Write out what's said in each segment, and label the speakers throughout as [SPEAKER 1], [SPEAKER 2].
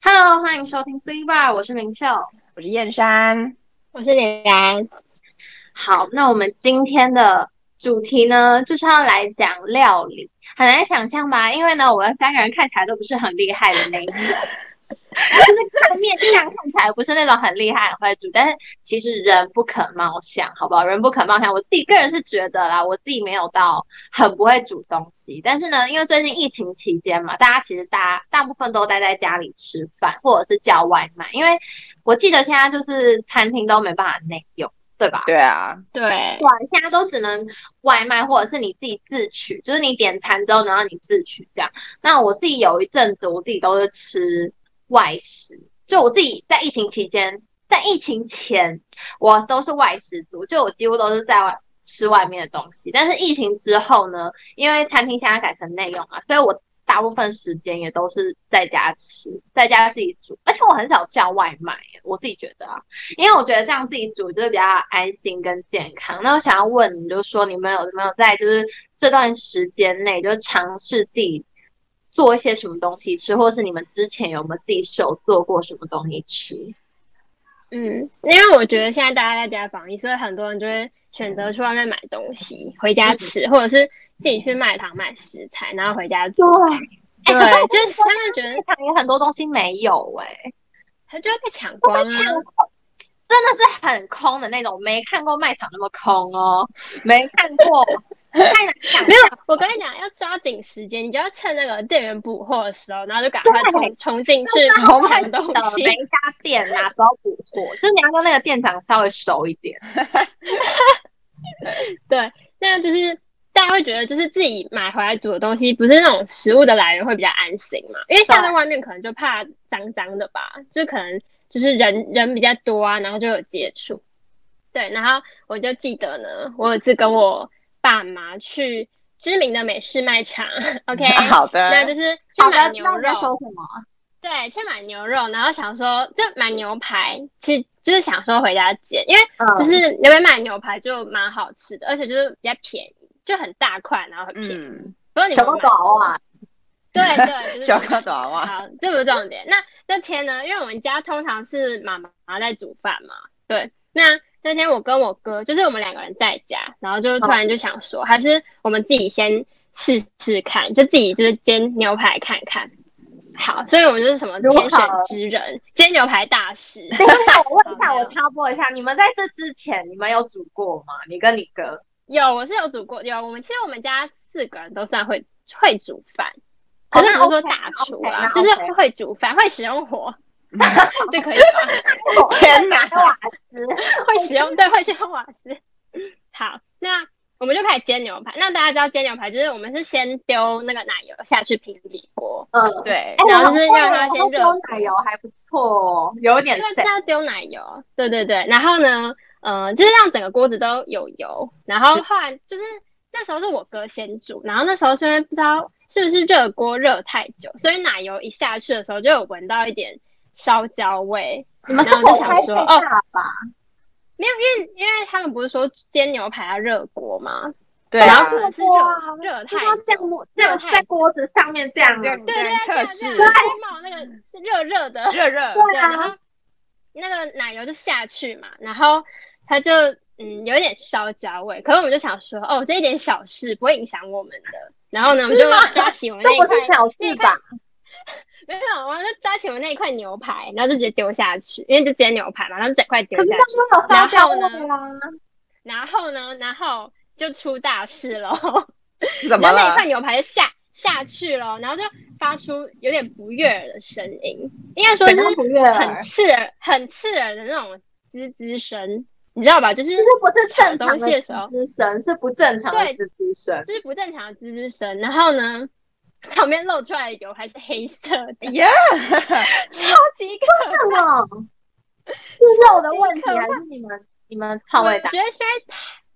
[SPEAKER 1] 欢迎收听 C Bar，我是明秀。
[SPEAKER 2] 我是燕山，
[SPEAKER 3] 我是李然，
[SPEAKER 1] 好，那我们今天的主题呢，就是要来讲料理，很难想象吧？因为呢，我们三个人看起来都不是很厉害的那一种，就是看面相看起来不是那种很厉害、很会煮，但是其实人不可貌相，好不好？人不可貌相，我自己个人是觉得啦，我自己没有到很不会煮东西，但是呢，因为最近疫情期间嘛，大家其实大家大部分都待在家里吃饭，或者是叫外卖，因为我记得现在就是餐厅都没办法内用，对吧？
[SPEAKER 2] 对啊，
[SPEAKER 3] 对
[SPEAKER 1] 对，现在都只能外卖或者是你自己自取，就是你点餐之后，然后你自取这样。那我自己有一阵子，我自己都是吃外食，就我自己在疫情期间，在疫情前我都是外食族，就我几乎都是在外吃外面的东西。但是疫情之后呢，因为餐厅现在改成内用嘛，所以我大部分时间也都是在家吃，在家自己煮，而且我很少叫外卖，我自己觉得啊。因为我觉得这样自己煮就是比较安心跟健康。那我想要问你，就是说你们有没有在就是这段时间内，就尝试自己做一些什么东西吃，或是你们之前有没有自己手做过什么东西吃？
[SPEAKER 3] 嗯，因为我觉得现在大家在家防疫，所以很多人就会选择去外面买东
[SPEAKER 2] 嗯
[SPEAKER 3] 西回家吃，或者是自己去卖场买食材，然后回家煮。
[SPEAKER 1] 哎
[SPEAKER 2] 嗯
[SPEAKER 3] 对，
[SPEAKER 1] 可是
[SPEAKER 3] 就是他们觉得
[SPEAKER 1] 现场也很多东西没有哎、
[SPEAKER 3] 他就会被抢
[SPEAKER 1] 会
[SPEAKER 3] 光
[SPEAKER 1] 被
[SPEAKER 3] 啊
[SPEAKER 1] 抢。空，真的是很空的那种，没看过卖场那么空哦，没看 过，太难想象
[SPEAKER 3] 没有，我跟你讲，要抓紧时间，你就要趁那个店员补货的时候，然后就赶快
[SPEAKER 1] 对
[SPEAKER 3] 冲冲进去
[SPEAKER 1] 就是
[SPEAKER 3] 偷
[SPEAKER 1] 趁
[SPEAKER 3] 抢东
[SPEAKER 1] 呃
[SPEAKER 3] 西
[SPEAKER 1] 每。一家店啊哪时候补货，就是你要跟那个店长稍微熟一点。
[SPEAKER 3] 对，那样就是大家会觉得，就是自己买回来煮的东西，不是那种食物的来源会比较安心嘛？因为像在外面可能就怕脏脏的吧，就可能就是人人比较多啊，然后就有接触。对，然后我就记得呢，我有一次跟我爸妈去知名的美式卖场 ，OK，
[SPEAKER 2] 好的，
[SPEAKER 3] 那就是去
[SPEAKER 1] 好
[SPEAKER 3] 买
[SPEAKER 1] 的，
[SPEAKER 3] 牛
[SPEAKER 1] 知道你在
[SPEAKER 3] 肉，
[SPEAKER 1] 说什么。
[SPEAKER 3] 对，去买牛肉，然后想说就买牛排，其实就是想说回家煎，因为
[SPEAKER 1] 嗯
[SPEAKER 3] 就是那边买牛排就蛮好吃的，而且就是比较便宜，就很大块，然后很便宜。
[SPEAKER 2] 嗯，
[SPEAKER 3] 不过你
[SPEAKER 1] 小
[SPEAKER 3] 们
[SPEAKER 1] 狗
[SPEAKER 3] 买
[SPEAKER 1] 狗啊，
[SPEAKER 3] 对 对，就是
[SPEAKER 2] 小蝌蚪哇
[SPEAKER 3] 好，这不是重点。那那天呢，因为我们家通常是妈妈在煮饭嘛，对。那那天我跟我哥，就是我们两个人在家，然后就突然就想说，还是我们自己先试试看，就自己就是煎牛排看看。好，所以我们就是什么
[SPEAKER 1] 如何
[SPEAKER 3] 天选之人，煎牛排大师。
[SPEAKER 1] 等一下，我问一下，
[SPEAKER 3] 好没
[SPEAKER 1] 我
[SPEAKER 3] 有
[SPEAKER 1] 插播 一下，你们在这之前，你们有煮过吗？你跟你哥？
[SPEAKER 3] 有，我是有煮过，有我们其实我们家四个人都算会会煮饭，可是
[SPEAKER 1] 那
[SPEAKER 3] 不是说
[SPEAKER 1] OK，
[SPEAKER 3] 大
[SPEAKER 1] 那
[SPEAKER 3] 厨
[SPEAKER 1] OK，
[SPEAKER 3] 啊
[SPEAKER 1] 那，
[SPEAKER 3] 就是
[SPEAKER 1] OK 嗯
[SPEAKER 3] 会煮饭，会使用火 就可以 了，
[SPEAKER 2] 天哪，
[SPEAKER 3] 会使用对，会使用瓦斯。好，那我们就开始煎牛排。那大家知道煎牛排就是我们是先丢那个奶油下去平底锅，
[SPEAKER 1] 嗯，
[SPEAKER 2] 对，
[SPEAKER 1] 哎
[SPEAKER 3] 然后就是让它先
[SPEAKER 1] 我会
[SPEAKER 3] 热
[SPEAKER 1] 丢奶油还不错哦，有点
[SPEAKER 3] 对，
[SPEAKER 1] 塞
[SPEAKER 3] 就是要丢奶油，对对对。然后呢，呃，就是让整个锅子都有油。然后后来就是那时候是我哥先煮，然后那时候虽然不知道是不是热锅热太久，所以奶油一下去的时候就有闻到一点烧焦味。
[SPEAKER 1] 你们是
[SPEAKER 3] 然后就
[SPEAKER 1] 火
[SPEAKER 3] 想
[SPEAKER 1] 开
[SPEAKER 3] 说
[SPEAKER 1] 太
[SPEAKER 3] 哦
[SPEAKER 1] 大吧？
[SPEAKER 3] 没有，因为因为他们不是说煎牛排要热锅吗？
[SPEAKER 2] 对
[SPEAKER 3] 然后
[SPEAKER 2] 啊
[SPEAKER 3] 可，能是
[SPEAKER 1] 哇
[SPEAKER 3] 热热
[SPEAKER 1] 就
[SPEAKER 3] 太
[SPEAKER 1] 要这
[SPEAKER 3] 久
[SPEAKER 1] 样，摸，这样
[SPEAKER 3] 太
[SPEAKER 1] 在
[SPEAKER 3] 久
[SPEAKER 1] 锅子上面这样
[SPEAKER 2] 这
[SPEAKER 1] 啊
[SPEAKER 2] 样
[SPEAKER 3] 对对对，
[SPEAKER 2] 测
[SPEAKER 3] 这样
[SPEAKER 2] 试
[SPEAKER 3] 这样会冒那个是热热的，
[SPEAKER 2] 热 热，
[SPEAKER 1] 对
[SPEAKER 3] 对，
[SPEAKER 1] 啊
[SPEAKER 3] 然后那个奶油就下去嘛，然后它就嗯有一点烧焦味，可是我们就想说，哦，这一点小事不会影响我们的。然后呢，我们就抓起我们
[SPEAKER 1] 这
[SPEAKER 3] 那一
[SPEAKER 1] 不是
[SPEAKER 3] 块，
[SPEAKER 1] 小事吧？
[SPEAKER 3] 没有，我们就抓起我们那一块牛排，然后就直接丢下去，因为就直接牛排嘛，然后整块丢
[SPEAKER 1] 可是
[SPEAKER 3] 下
[SPEAKER 1] 这
[SPEAKER 3] 去。
[SPEAKER 1] 样就有烧啊焦味
[SPEAKER 3] 然后
[SPEAKER 1] 啦。
[SPEAKER 3] 然后呢，然后就出大事了，
[SPEAKER 2] 怎么
[SPEAKER 3] 然后那一
[SPEAKER 2] 了
[SPEAKER 3] 块？牛排就下下去了，然后就发出有点不悦耳的声音，应该说
[SPEAKER 1] 对
[SPEAKER 3] 是
[SPEAKER 1] 那不悦耳
[SPEAKER 3] 很刺耳、很刺耳的那种吱吱声，你知道吧？就是
[SPEAKER 1] 就是不是正常
[SPEAKER 3] 东西的时候
[SPEAKER 1] 吱吱声，是不正常的
[SPEAKER 3] 对
[SPEAKER 1] 吱吱声。
[SPEAKER 3] 就是不正常的吱吱声，然后呢，旁边露出来的油还是黑色的，
[SPEAKER 2] 耶，
[SPEAKER 3] 哎超级 可
[SPEAKER 1] 为什么？是肉的问题还是你们你们
[SPEAKER 3] 怕。
[SPEAKER 1] 臭味
[SPEAKER 3] 我
[SPEAKER 1] 大？
[SPEAKER 3] 觉得是因为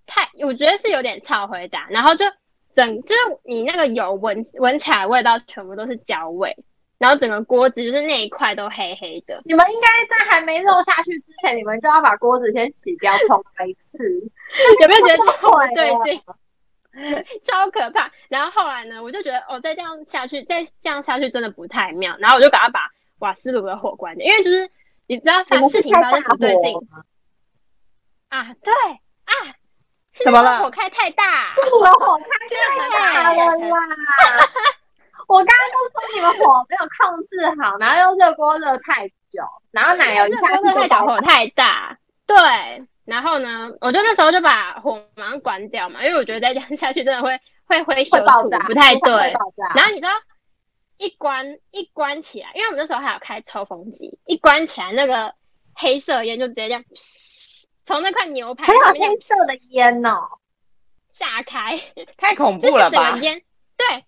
[SPEAKER 3] 太太，我觉得是有点超回答，然后就整就是你那个油闻闻起来的味道全部都是焦味，然后整个锅子就是那一块都黑黑的。
[SPEAKER 1] 你们应该在还没肉下去之前，你们就要把锅子先洗掉，重来一次。
[SPEAKER 3] 有没有觉得
[SPEAKER 1] 后悔
[SPEAKER 3] 对
[SPEAKER 1] 了，
[SPEAKER 3] 劲， 超可怕。然后后来呢，我就觉得哦，再这样下去，再这样下去真的不太妙。然后我就赶快把瓦斯炉的火关掉，因为就是你知道，
[SPEAKER 2] 你
[SPEAKER 3] 反
[SPEAKER 2] 们
[SPEAKER 3] 正
[SPEAKER 2] 是
[SPEAKER 3] 事情发
[SPEAKER 2] 开
[SPEAKER 3] 生
[SPEAKER 2] 大
[SPEAKER 3] 不对劲
[SPEAKER 2] 火哦
[SPEAKER 3] 啊，对啊，是
[SPEAKER 2] 怎么
[SPEAKER 3] 那个
[SPEAKER 2] 了
[SPEAKER 3] 火开太大，
[SPEAKER 1] 你们火开
[SPEAKER 3] 现在
[SPEAKER 1] 大
[SPEAKER 3] 才
[SPEAKER 1] 了啦！我刚刚都说你们火没有控制好，然后又热锅热太久，然后奶油一
[SPEAKER 3] 这
[SPEAKER 1] 下
[SPEAKER 3] 锅
[SPEAKER 1] 子
[SPEAKER 3] 太小火太大，对。然后呢，我就那时候就把火马上关掉嘛，因为我觉得再这样下去真的会会会
[SPEAKER 1] 会爆
[SPEAKER 3] 土
[SPEAKER 1] 炸，
[SPEAKER 3] 不太对。
[SPEAKER 1] 会爆炸
[SPEAKER 3] 然后你知道一关一关起来，因为我们那时候还有开抽风机，一关起来那个黑色烟就直接这样，从那块牛 排
[SPEAKER 1] 还
[SPEAKER 3] 上
[SPEAKER 1] 有
[SPEAKER 3] 面这样
[SPEAKER 1] 黑色的烟 哦，
[SPEAKER 3] 炸开，
[SPEAKER 2] 太恐
[SPEAKER 3] 就
[SPEAKER 2] 怖了
[SPEAKER 3] 是整
[SPEAKER 2] 吧
[SPEAKER 3] 个？烟对。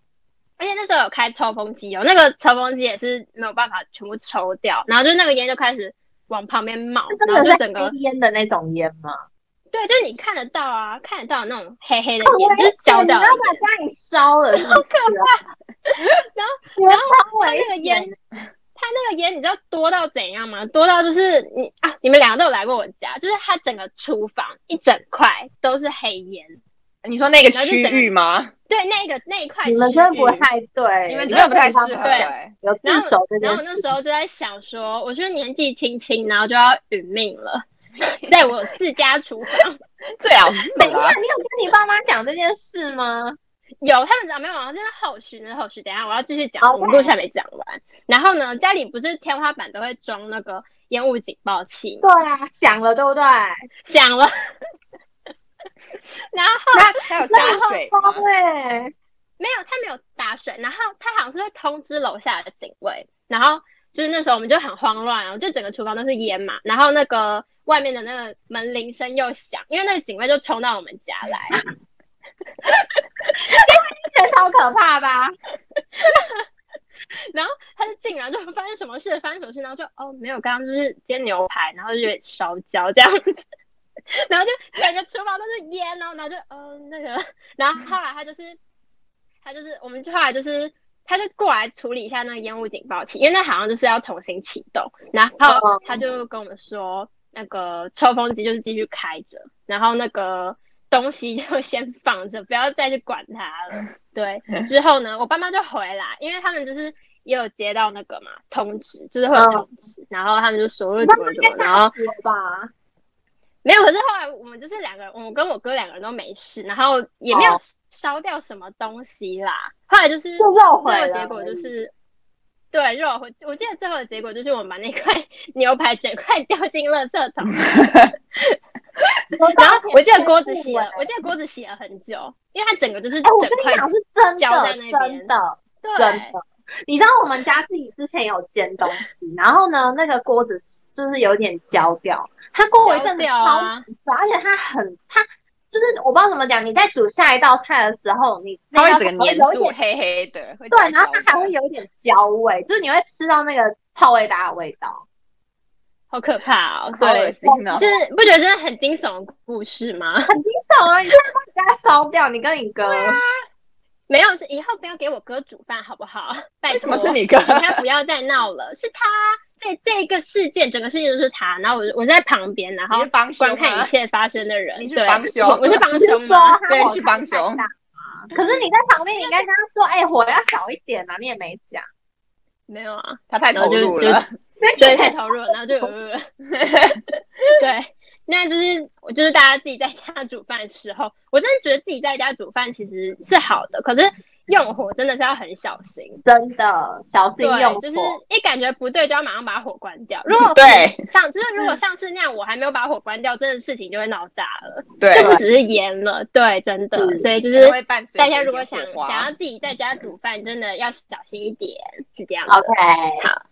[SPEAKER 3] 而且那时候有开抽风机哦，那个抽风机也是没有办法全部抽掉，然后就那个烟就开始往旁边冒
[SPEAKER 1] 是，真
[SPEAKER 3] 然后
[SPEAKER 1] 的
[SPEAKER 3] 就是整个
[SPEAKER 1] 黑烟的那种烟吗？
[SPEAKER 3] 对，就是你看得到啊，看得到那种黑黑的
[SPEAKER 1] 很
[SPEAKER 3] 烟，
[SPEAKER 1] 危
[SPEAKER 3] 就是焦
[SPEAKER 1] 险，你
[SPEAKER 3] 掉
[SPEAKER 1] 要
[SPEAKER 3] 的烟。
[SPEAKER 1] 把家里烧了，好可怕！
[SPEAKER 3] 然后
[SPEAKER 1] 啊你们
[SPEAKER 3] 然后
[SPEAKER 1] 超
[SPEAKER 3] 它
[SPEAKER 1] 危
[SPEAKER 3] 那个
[SPEAKER 1] 险
[SPEAKER 3] 烟，它那个烟你知道多到怎样吗？多到就是你啊，你们两个都有来过我家，就是它整个厨房一整块都是黑烟。
[SPEAKER 2] 你说那个
[SPEAKER 3] 然后
[SPEAKER 2] 区
[SPEAKER 3] 就整个
[SPEAKER 2] 域吗？
[SPEAKER 3] 对，那个那一块
[SPEAKER 1] 你们真的
[SPEAKER 3] 区域
[SPEAKER 1] 不太对，
[SPEAKER 2] 你们真的不太适合。欸
[SPEAKER 1] 你们
[SPEAKER 2] 对，
[SPEAKER 1] 有
[SPEAKER 3] 然
[SPEAKER 1] 自
[SPEAKER 3] 后
[SPEAKER 1] 首这
[SPEAKER 3] 然
[SPEAKER 1] 件
[SPEAKER 3] 后我那
[SPEAKER 1] 事
[SPEAKER 3] 时。候就在想说，我是年纪轻轻，然后就要殒命了， 在我自家厨房。
[SPEAKER 2] 最好是啊
[SPEAKER 1] 等一
[SPEAKER 2] 吧
[SPEAKER 1] 下，？你有跟你爸妈讲这件事吗？
[SPEAKER 3] 有，他们知道没有？真的后续，那后续，等一下我要继续讲，
[SPEAKER 1] 好
[SPEAKER 3] 我们
[SPEAKER 1] 对
[SPEAKER 3] 故事还没讲完。然后呢，家里不是天花板都会装那个烟雾警报器吗？
[SPEAKER 1] 对啊，想了对不对？
[SPEAKER 3] 响了，然后
[SPEAKER 2] 那还有加水吗？
[SPEAKER 1] 对，
[SPEAKER 3] 没有，他没有打水，然后他好像是会通知楼下的警卫，然后就是那时候我们就很慌乱，然后就整个厨房都是烟嘛，然后那个外面的那个门铃声又响，因为那个警卫就冲到我们家来，
[SPEAKER 1] 这超可怕吧？
[SPEAKER 3] 然后他就进来就发生什么事，发生什么事，然后就哦没有，刚刚就是煎牛排，然后就有点烧焦这样子， 然后就整个厨房都是烟哦，然后就嗯、呃那个，然后后来他就是他就是我们就后来就是他就过来处理一下那个烟雾警报器，因为那好像就是要重新启动，然后
[SPEAKER 1] 哦
[SPEAKER 3] 他就跟我们说那个抽风机就是继续开着，然后那个。东西就先放着，不要再去管它了。 对，之后呢，我爸妈就回来，因为他们就是也有接到那个嘛通知，就是会有
[SPEAKER 1] 嗯
[SPEAKER 3] 通知，然后他们就说
[SPEAKER 1] 你
[SPEAKER 3] 会
[SPEAKER 1] 爸妈
[SPEAKER 3] 怎么
[SPEAKER 1] 应
[SPEAKER 3] 怎
[SPEAKER 1] 该
[SPEAKER 3] 么，然后
[SPEAKER 1] 吓死了吧？
[SPEAKER 3] 没有。可是后来我们就是两个人，我跟我哥两个人都没事，然后也没
[SPEAKER 1] 哦
[SPEAKER 3] 有烧掉什么东西啦。后来就是
[SPEAKER 1] 就肉毁
[SPEAKER 3] 最后
[SPEAKER 1] 了
[SPEAKER 3] 结果就是。对肉回，我记得最后的结果就是我们把那块 牛排整块丢进垃圾桶，然后我记得锅子洗了，我记得锅子洗了很久，因为它整个就是
[SPEAKER 1] 哎，我
[SPEAKER 3] 整
[SPEAKER 1] 跟你
[SPEAKER 3] 块
[SPEAKER 1] 讲是真
[SPEAKER 3] 胶在
[SPEAKER 1] 的，
[SPEAKER 3] 那边
[SPEAKER 1] 真的，
[SPEAKER 3] 对
[SPEAKER 1] 真的。你知道我们家自己之前有煎东西，然后呢，那个锅子就是有点焦掉，它过一阵子
[SPEAKER 3] 掉
[SPEAKER 1] 超
[SPEAKER 3] 啊，
[SPEAKER 1] 爽而且它很它就是我不知道怎么讲，你在煮下一道菜的时候，你那
[SPEAKER 2] 它
[SPEAKER 1] 道
[SPEAKER 2] 会
[SPEAKER 1] 菜
[SPEAKER 2] 整个粘
[SPEAKER 1] 有一
[SPEAKER 2] 住，
[SPEAKER 1] 点
[SPEAKER 2] 黑黑的。会
[SPEAKER 1] 对，
[SPEAKER 2] 粘
[SPEAKER 1] 然后
[SPEAKER 2] 胶
[SPEAKER 1] 它还会
[SPEAKER 2] 的
[SPEAKER 1] 有一点焦味，就是你会吃到那个臭味达的味道。
[SPEAKER 3] 好可怕哦！
[SPEAKER 2] 好恶
[SPEAKER 3] 对，
[SPEAKER 2] 心哦
[SPEAKER 3] 就！是不觉得真的很惊悚的故事吗？
[SPEAKER 1] 很惊悚啊！你现在把家烧掉，你跟你哥，
[SPEAKER 3] 没有，是以后不要给我哥煮饭好不好？拜
[SPEAKER 2] 为
[SPEAKER 3] 托，
[SPEAKER 2] 什么是你哥？
[SPEAKER 3] 请他不要再闹了，是他这这个事件，整个事件都是他，然后我我在旁边，然
[SPEAKER 2] 你
[SPEAKER 3] 后
[SPEAKER 2] 是帮凶
[SPEAKER 3] 观看
[SPEAKER 2] 吗
[SPEAKER 3] 一？切发生的人。
[SPEAKER 2] 你是
[SPEAKER 3] 对
[SPEAKER 2] 帮凶
[SPEAKER 3] 我我是帮
[SPEAKER 1] 你是
[SPEAKER 3] 凶
[SPEAKER 1] 说
[SPEAKER 3] 吗？
[SPEAKER 1] 他
[SPEAKER 2] 对
[SPEAKER 1] 火
[SPEAKER 2] 是
[SPEAKER 1] 开
[SPEAKER 2] 帮
[SPEAKER 1] 太
[SPEAKER 2] 凶
[SPEAKER 1] 大嘛可是你在旁边，你应该跟他说：“哎，火要小一点啊！”你也没讲，
[SPEAKER 3] 没有啊，
[SPEAKER 2] 他太
[SPEAKER 3] 然后
[SPEAKER 2] 投
[SPEAKER 3] 就
[SPEAKER 2] 入
[SPEAKER 3] 就
[SPEAKER 2] 了，
[SPEAKER 3] 对，太投入了，然后 就 有对，那就是我就是大家自己在家煮饭的时候，我真的觉得自己在家煮饭其实是好的，可是用火真的是要很小心。
[SPEAKER 1] 真的小心用
[SPEAKER 3] 对，
[SPEAKER 1] 火。
[SPEAKER 3] 就是一感觉不对就要马上把火关掉。如果
[SPEAKER 2] 对
[SPEAKER 3] 上就是如果
[SPEAKER 1] 嗯
[SPEAKER 3] 上次那样我还没有把火关掉，真的事情就会闹大了，
[SPEAKER 2] 对，
[SPEAKER 3] 这不只是盐了，对，真的。
[SPEAKER 1] 是
[SPEAKER 3] 所以就
[SPEAKER 2] 可能
[SPEAKER 3] 是
[SPEAKER 2] 会伴随
[SPEAKER 3] 大家
[SPEAKER 2] 着一
[SPEAKER 3] 如果
[SPEAKER 2] 点
[SPEAKER 3] 想
[SPEAKER 2] 火花
[SPEAKER 3] 想要自己在家煮饭，真的要小心一点，是这样的。
[SPEAKER 1] OK，
[SPEAKER 3] 好，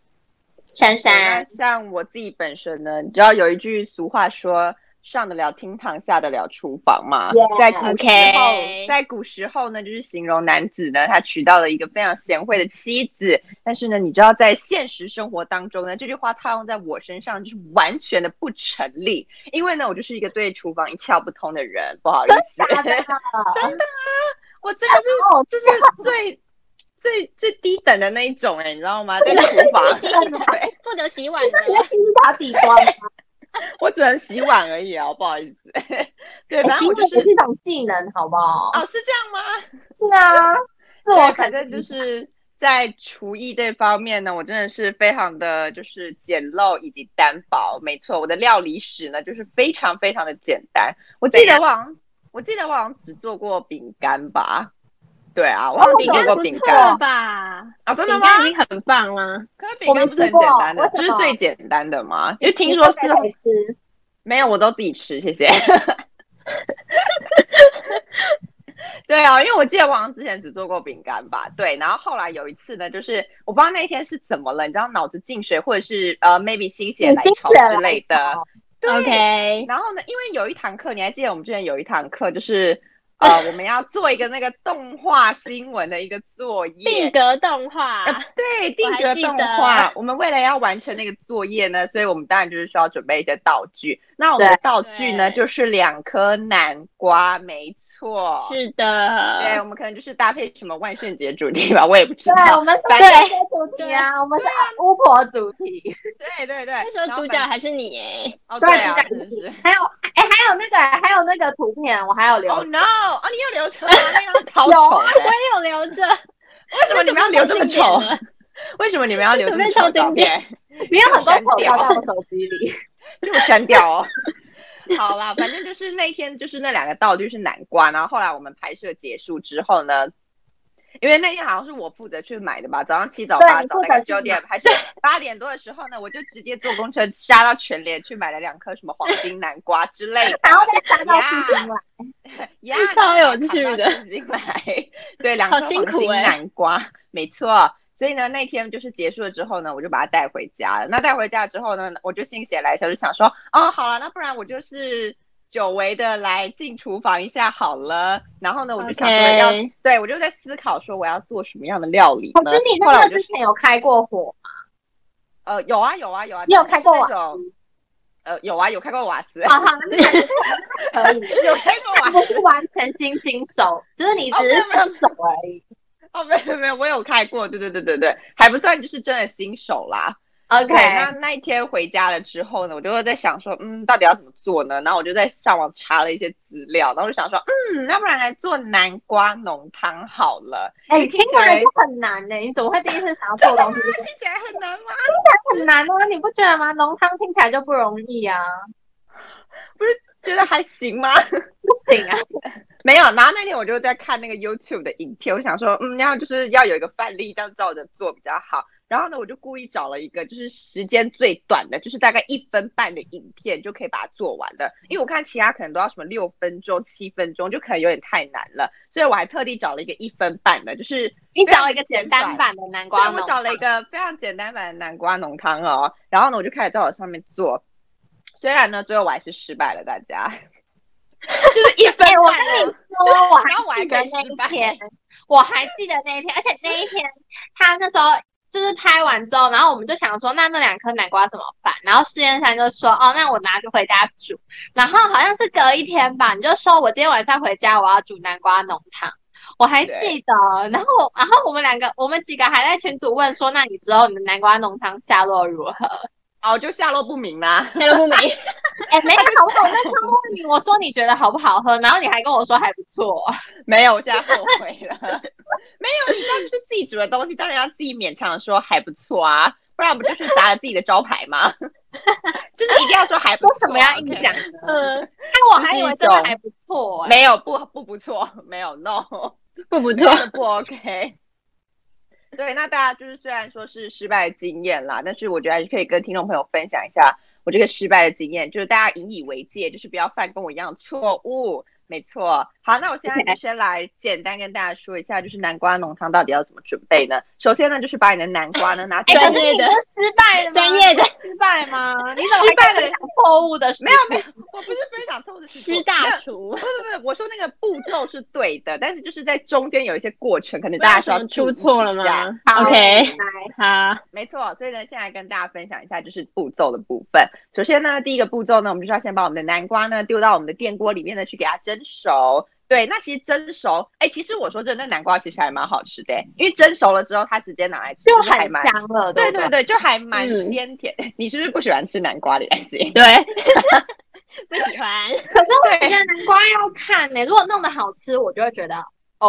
[SPEAKER 1] 珊
[SPEAKER 2] 对那
[SPEAKER 1] 珊，
[SPEAKER 2] 像我自己本身呢，你知道有一句俗话说“上得了厅堂，下得了厨房”嘛
[SPEAKER 1] Yeah，
[SPEAKER 2] 在古时候
[SPEAKER 3] OK
[SPEAKER 2] 在古时候呢，就是形容男子呢，他娶到了一个非常贤惠的妻子。但是呢，你知道在现实生活当中呢，这句话套用在我身上就是完全的不成立，因为呢，我就是一个对厨房一窍不通的人，不好意思
[SPEAKER 1] 啊真，的假的？
[SPEAKER 2] 我真的是
[SPEAKER 1] 哦，
[SPEAKER 2] 就是最最最低等的那一种哎、你知道吗？在厨 房，对。
[SPEAKER 3] 负责洗碗
[SPEAKER 1] 你
[SPEAKER 3] 的
[SPEAKER 1] 说你在清扫底锅吗？
[SPEAKER 2] 我只能洗碗而已哦，不好意思。 对，反
[SPEAKER 1] 哦洗
[SPEAKER 2] 正我
[SPEAKER 1] 碗
[SPEAKER 2] 就
[SPEAKER 1] 也
[SPEAKER 2] 是哦
[SPEAKER 1] 是一种技能，好不好？
[SPEAKER 2] 哦，是这样吗？
[SPEAKER 1] 是啊，自我
[SPEAKER 2] 对，
[SPEAKER 1] 肯
[SPEAKER 2] 反
[SPEAKER 1] 定
[SPEAKER 2] 正就是在厨艺这方面呢，我真的是非常的就是简陋以及单薄。没错，我的料理史呢就是非常非常的简单。我记得我好像，我记得我好像只做过饼干吧。对啊，
[SPEAKER 1] 哦
[SPEAKER 2] 我好像只
[SPEAKER 3] 饼
[SPEAKER 2] 做
[SPEAKER 3] 干
[SPEAKER 2] 过
[SPEAKER 3] 不
[SPEAKER 2] 饼
[SPEAKER 3] 错
[SPEAKER 2] 干
[SPEAKER 3] 吧？
[SPEAKER 2] 啊，真的
[SPEAKER 3] 饼
[SPEAKER 2] 吗？
[SPEAKER 3] 干已经很棒了。
[SPEAKER 2] 可是
[SPEAKER 1] 我没
[SPEAKER 2] 饼干不是
[SPEAKER 1] 吃
[SPEAKER 2] 很简
[SPEAKER 1] 过
[SPEAKER 2] 单的
[SPEAKER 1] 为，什
[SPEAKER 2] 就是
[SPEAKER 1] 么
[SPEAKER 2] 最简单的嘛。因为听说是
[SPEAKER 1] 你都可以吃，
[SPEAKER 2] 没有，我都自己吃，谢 谢。对啊，因为我记得我好像之前只做过饼干吧，对，然后后来有一次呢，就是我不知道那一天是怎么了，你知道脑子进水或者是呃 maybe 心血
[SPEAKER 1] 你
[SPEAKER 2] 来
[SPEAKER 1] 心
[SPEAKER 2] 潮
[SPEAKER 1] 血
[SPEAKER 2] 之
[SPEAKER 1] 来
[SPEAKER 2] 类的
[SPEAKER 1] 潮，
[SPEAKER 2] 对。
[SPEAKER 3] OK，
[SPEAKER 2] 然后呢，因为有一堂课，你还记得我们之前有一堂课 就是呃我们要做一个那个动画新闻的一个作业
[SPEAKER 3] 定，格动画，
[SPEAKER 2] 对，定格动
[SPEAKER 3] 记得
[SPEAKER 2] 画。我们为了要完成那个作业呢，所以我们当然就是需要准备一些道具。那我们的道具呢，
[SPEAKER 3] 对
[SPEAKER 2] 就是两颗南瓜，没错。
[SPEAKER 3] 是
[SPEAKER 2] 对，
[SPEAKER 3] 的，
[SPEAKER 2] 我们可能就是搭配什么万圣节主题吧，我也不知
[SPEAKER 1] 对，我
[SPEAKER 2] 道。
[SPEAKER 1] 们是
[SPEAKER 2] 反
[SPEAKER 3] 正
[SPEAKER 1] 这些主题啊，我们是巫婆主题，
[SPEAKER 2] 对对对，
[SPEAKER 3] 那时候主角还是你 哎，
[SPEAKER 2] 然后反
[SPEAKER 1] 对
[SPEAKER 2] 哦对啊，
[SPEAKER 1] 主角
[SPEAKER 2] 真是。
[SPEAKER 1] 还有哎，还有那个还有那个图片，我还有留
[SPEAKER 2] 哦、no！哦，你又留着吗？那张超
[SPEAKER 1] 有
[SPEAKER 2] 丑
[SPEAKER 1] 啊
[SPEAKER 2] 的。
[SPEAKER 3] 我也有留着，
[SPEAKER 2] 为什么你们要留这么丑？为什么你们要留这么丑的照片？
[SPEAKER 1] 你有很多
[SPEAKER 2] 删
[SPEAKER 1] 丑
[SPEAKER 2] 掉
[SPEAKER 1] 照在我手机 里。
[SPEAKER 2] 给我删掉 哦。好啦，反正就是那天就是那两个道具是南瓜，然后后来我们拍摄结束之后呢，因为那天好像是我负责去买的吧，早上七早
[SPEAKER 1] 对
[SPEAKER 2] 八
[SPEAKER 1] 你
[SPEAKER 2] 早
[SPEAKER 1] 负责
[SPEAKER 2] 大概
[SPEAKER 1] 去，
[SPEAKER 2] 九点还是八点多的时候呢，我就直接坐公车杀到全联去买了两颗什么黄金南瓜之类的
[SPEAKER 1] 然后再杀 到四星来，
[SPEAKER 2] 呀，
[SPEAKER 3] 哎超有趣的
[SPEAKER 2] 进来，对，两颗
[SPEAKER 3] 好
[SPEAKER 2] 黄
[SPEAKER 3] 辛苦
[SPEAKER 2] 金
[SPEAKER 3] 欸
[SPEAKER 2] 南瓜，没错。所以呢，那天就是结束了之后呢，我就把它带回家了。那带回家之后呢，我就心血来潮，就想说，哦，好了，那不然我就是久违的来进厨房一下好了。然后呢，我就想说要
[SPEAKER 3] OK
[SPEAKER 2] 对我就在思考说我要做什么样的料
[SPEAKER 3] 哦
[SPEAKER 2] 理呢
[SPEAKER 1] 可是你？
[SPEAKER 2] 后
[SPEAKER 1] 那
[SPEAKER 2] 来
[SPEAKER 1] 个
[SPEAKER 2] 我就
[SPEAKER 1] 之前有开过火，
[SPEAKER 2] 呃有啊有啊有啊，
[SPEAKER 1] 你有
[SPEAKER 2] 就是
[SPEAKER 1] 开过
[SPEAKER 2] 那
[SPEAKER 1] 瓦
[SPEAKER 2] 种呃有啊有开过瓦斯，
[SPEAKER 1] 好哦好，那你 可以，
[SPEAKER 2] 有开过瓦斯
[SPEAKER 1] 不哦是完全新新手，就是你只是新手而已。
[SPEAKER 2] 哦，没有没有，我有开过，对对对对对，还不算就是真的新手啦。
[SPEAKER 1] OK，
[SPEAKER 2] 对，那那一天回家了之后呢，我就会在想说，嗯，到底要怎么做呢？然后我就在上网查了一些资料，然后我就想说，嗯，要不然来做南瓜浓汤好了，
[SPEAKER 1] 哎、听起来就很难呢、你怎么会第一次想要做东西？
[SPEAKER 2] 听起来很难吗？
[SPEAKER 1] 很难啊，你不觉得吗？浓汤听起来就不容易啊，
[SPEAKER 2] 觉得还行吗？
[SPEAKER 1] 不行啊。
[SPEAKER 2] 没有，然后那天我就在看那个 YouTube 的影片，我想说，嗯，然后就是要有一个范例，这样照着做比较好。然后呢，我就故意找了一个就是时间最短的，就是大概一分半的影片就可以把它做完的。因为我看其他可能都要什么六分钟、七分钟，就可能有点太难了，所以我还特地找了一个一分半的，就是
[SPEAKER 1] 你找一个简单版的南瓜
[SPEAKER 2] 对
[SPEAKER 1] 浓
[SPEAKER 2] 我找了一个非常简单版的南瓜浓汤哦。然后呢，我就开始在我上面做，虽然呢，最后我还是失败了，大家。 就是一
[SPEAKER 1] 哎、
[SPEAKER 2] 分半、
[SPEAKER 1] 我跟你说，我还记得那
[SPEAKER 2] 然后我还可以失
[SPEAKER 1] 一
[SPEAKER 2] 败
[SPEAKER 1] 天，我还记得那一天，而且那一天他那时候就是拍完之后，然后我们就想说，那那两颗南瓜怎么办？然后试验山就说，哦，那我拿去回家煮。然后好像是隔一天吧，你就说我今天晚上回家我要煮南瓜浓汤。我还记
[SPEAKER 2] 对
[SPEAKER 1] 得，然后然后我们两个，我们几个还在群组问说，那你之后你的南瓜浓汤下落如何？
[SPEAKER 2] 哦，就下落不明啦。
[SPEAKER 3] 夏洛不美，
[SPEAKER 1] 哎、没有，我那时候问你，我说你觉得好不好喝，然后你还跟我说还不错。
[SPEAKER 2] 没有，我现在后悔了。 没有，你当然是自己煮的东西，当然要自己勉强地说还不错啊，不然不就是砸了自己的招牌吗？ 就是一定要说还不
[SPEAKER 1] 为
[SPEAKER 2] 错、
[SPEAKER 1] 什么要硬
[SPEAKER 2] OK
[SPEAKER 1] 讲？
[SPEAKER 3] 嗯，
[SPEAKER 1] 那我还以为真的还不错哎、
[SPEAKER 2] 没有，不不不错，没有 no。
[SPEAKER 3] 不不错，
[SPEAKER 2] 不 OK。对，那大家就是虽然说是失败的经验啦，但是我觉得还是可以跟听众朋友分享一下我这个失败的经验，就是大家引以为戒，就是不要犯跟我一样的错误。没错，好，那我现在就先来简单跟大家说一下，就是南瓜浓汤到底要怎么准备呢？首先呢，就是把你的南瓜呢拿起
[SPEAKER 1] 哎、
[SPEAKER 2] 来，
[SPEAKER 1] 可
[SPEAKER 3] 专
[SPEAKER 1] 是
[SPEAKER 3] 业
[SPEAKER 1] 你
[SPEAKER 3] 的
[SPEAKER 1] 不是失败了吗？
[SPEAKER 3] 专业的
[SPEAKER 1] 失败吗？你怎么
[SPEAKER 2] 失败
[SPEAKER 1] 还
[SPEAKER 2] 了
[SPEAKER 1] 跟我讲错误的事？
[SPEAKER 2] 没有 没有，我不是分享错误的事情，
[SPEAKER 3] 师
[SPEAKER 2] 没有
[SPEAKER 3] 大厨
[SPEAKER 2] 不，不不，我说那个步骤是对的，但是就是在中间有一些过程，可能大家需要
[SPEAKER 3] 出
[SPEAKER 2] 注意
[SPEAKER 3] 错了
[SPEAKER 2] 一下
[SPEAKER 3] 吗
[SPEAKER 1] 好
[SPEAKER 3] ？OK，
[SPEAKER 1] 来
[SPEAKER 3] 好，
[SPEAKER 2] 没错，所以呢，现在跟大家分享一下就是步骤的部分。首先呢，第一个步骤呢，我们就是要先把我们的南瓜呢丢到我们的电锅里面呢去给它蒸熟。对，那其实蒸熟，哎，其实我说真的，那南瓜其实还蛮好吃的，欸因为蒸熟了之后，它直接拿来吃
[SPEAKER 1] 就
[SPEAKER 2] 还
[SPEAKER 1] 很
[SPEAKER 2] 蛮。
[SPEAKER 1] 香了，
[SPEAKER 2] 对
[SPEAKER 1] 对
[SPEAKER 2] 对
[SPEAKER 1] 不，
[SPEAKER 2] 对，就还蛮
[SPEAKER 3] 嗯
[SPEAKER 2] 鲜甜。 你是不是不喜欢吃南瓜？李兰心？
[SPEAKER 3] 对， 不喜欢，
[SPEAKER 1] 可是我
[SPEAKER 2] 对
[SPEAKER 1] 觉得南瓜要看呢、如果弄得好吃，我就会觉得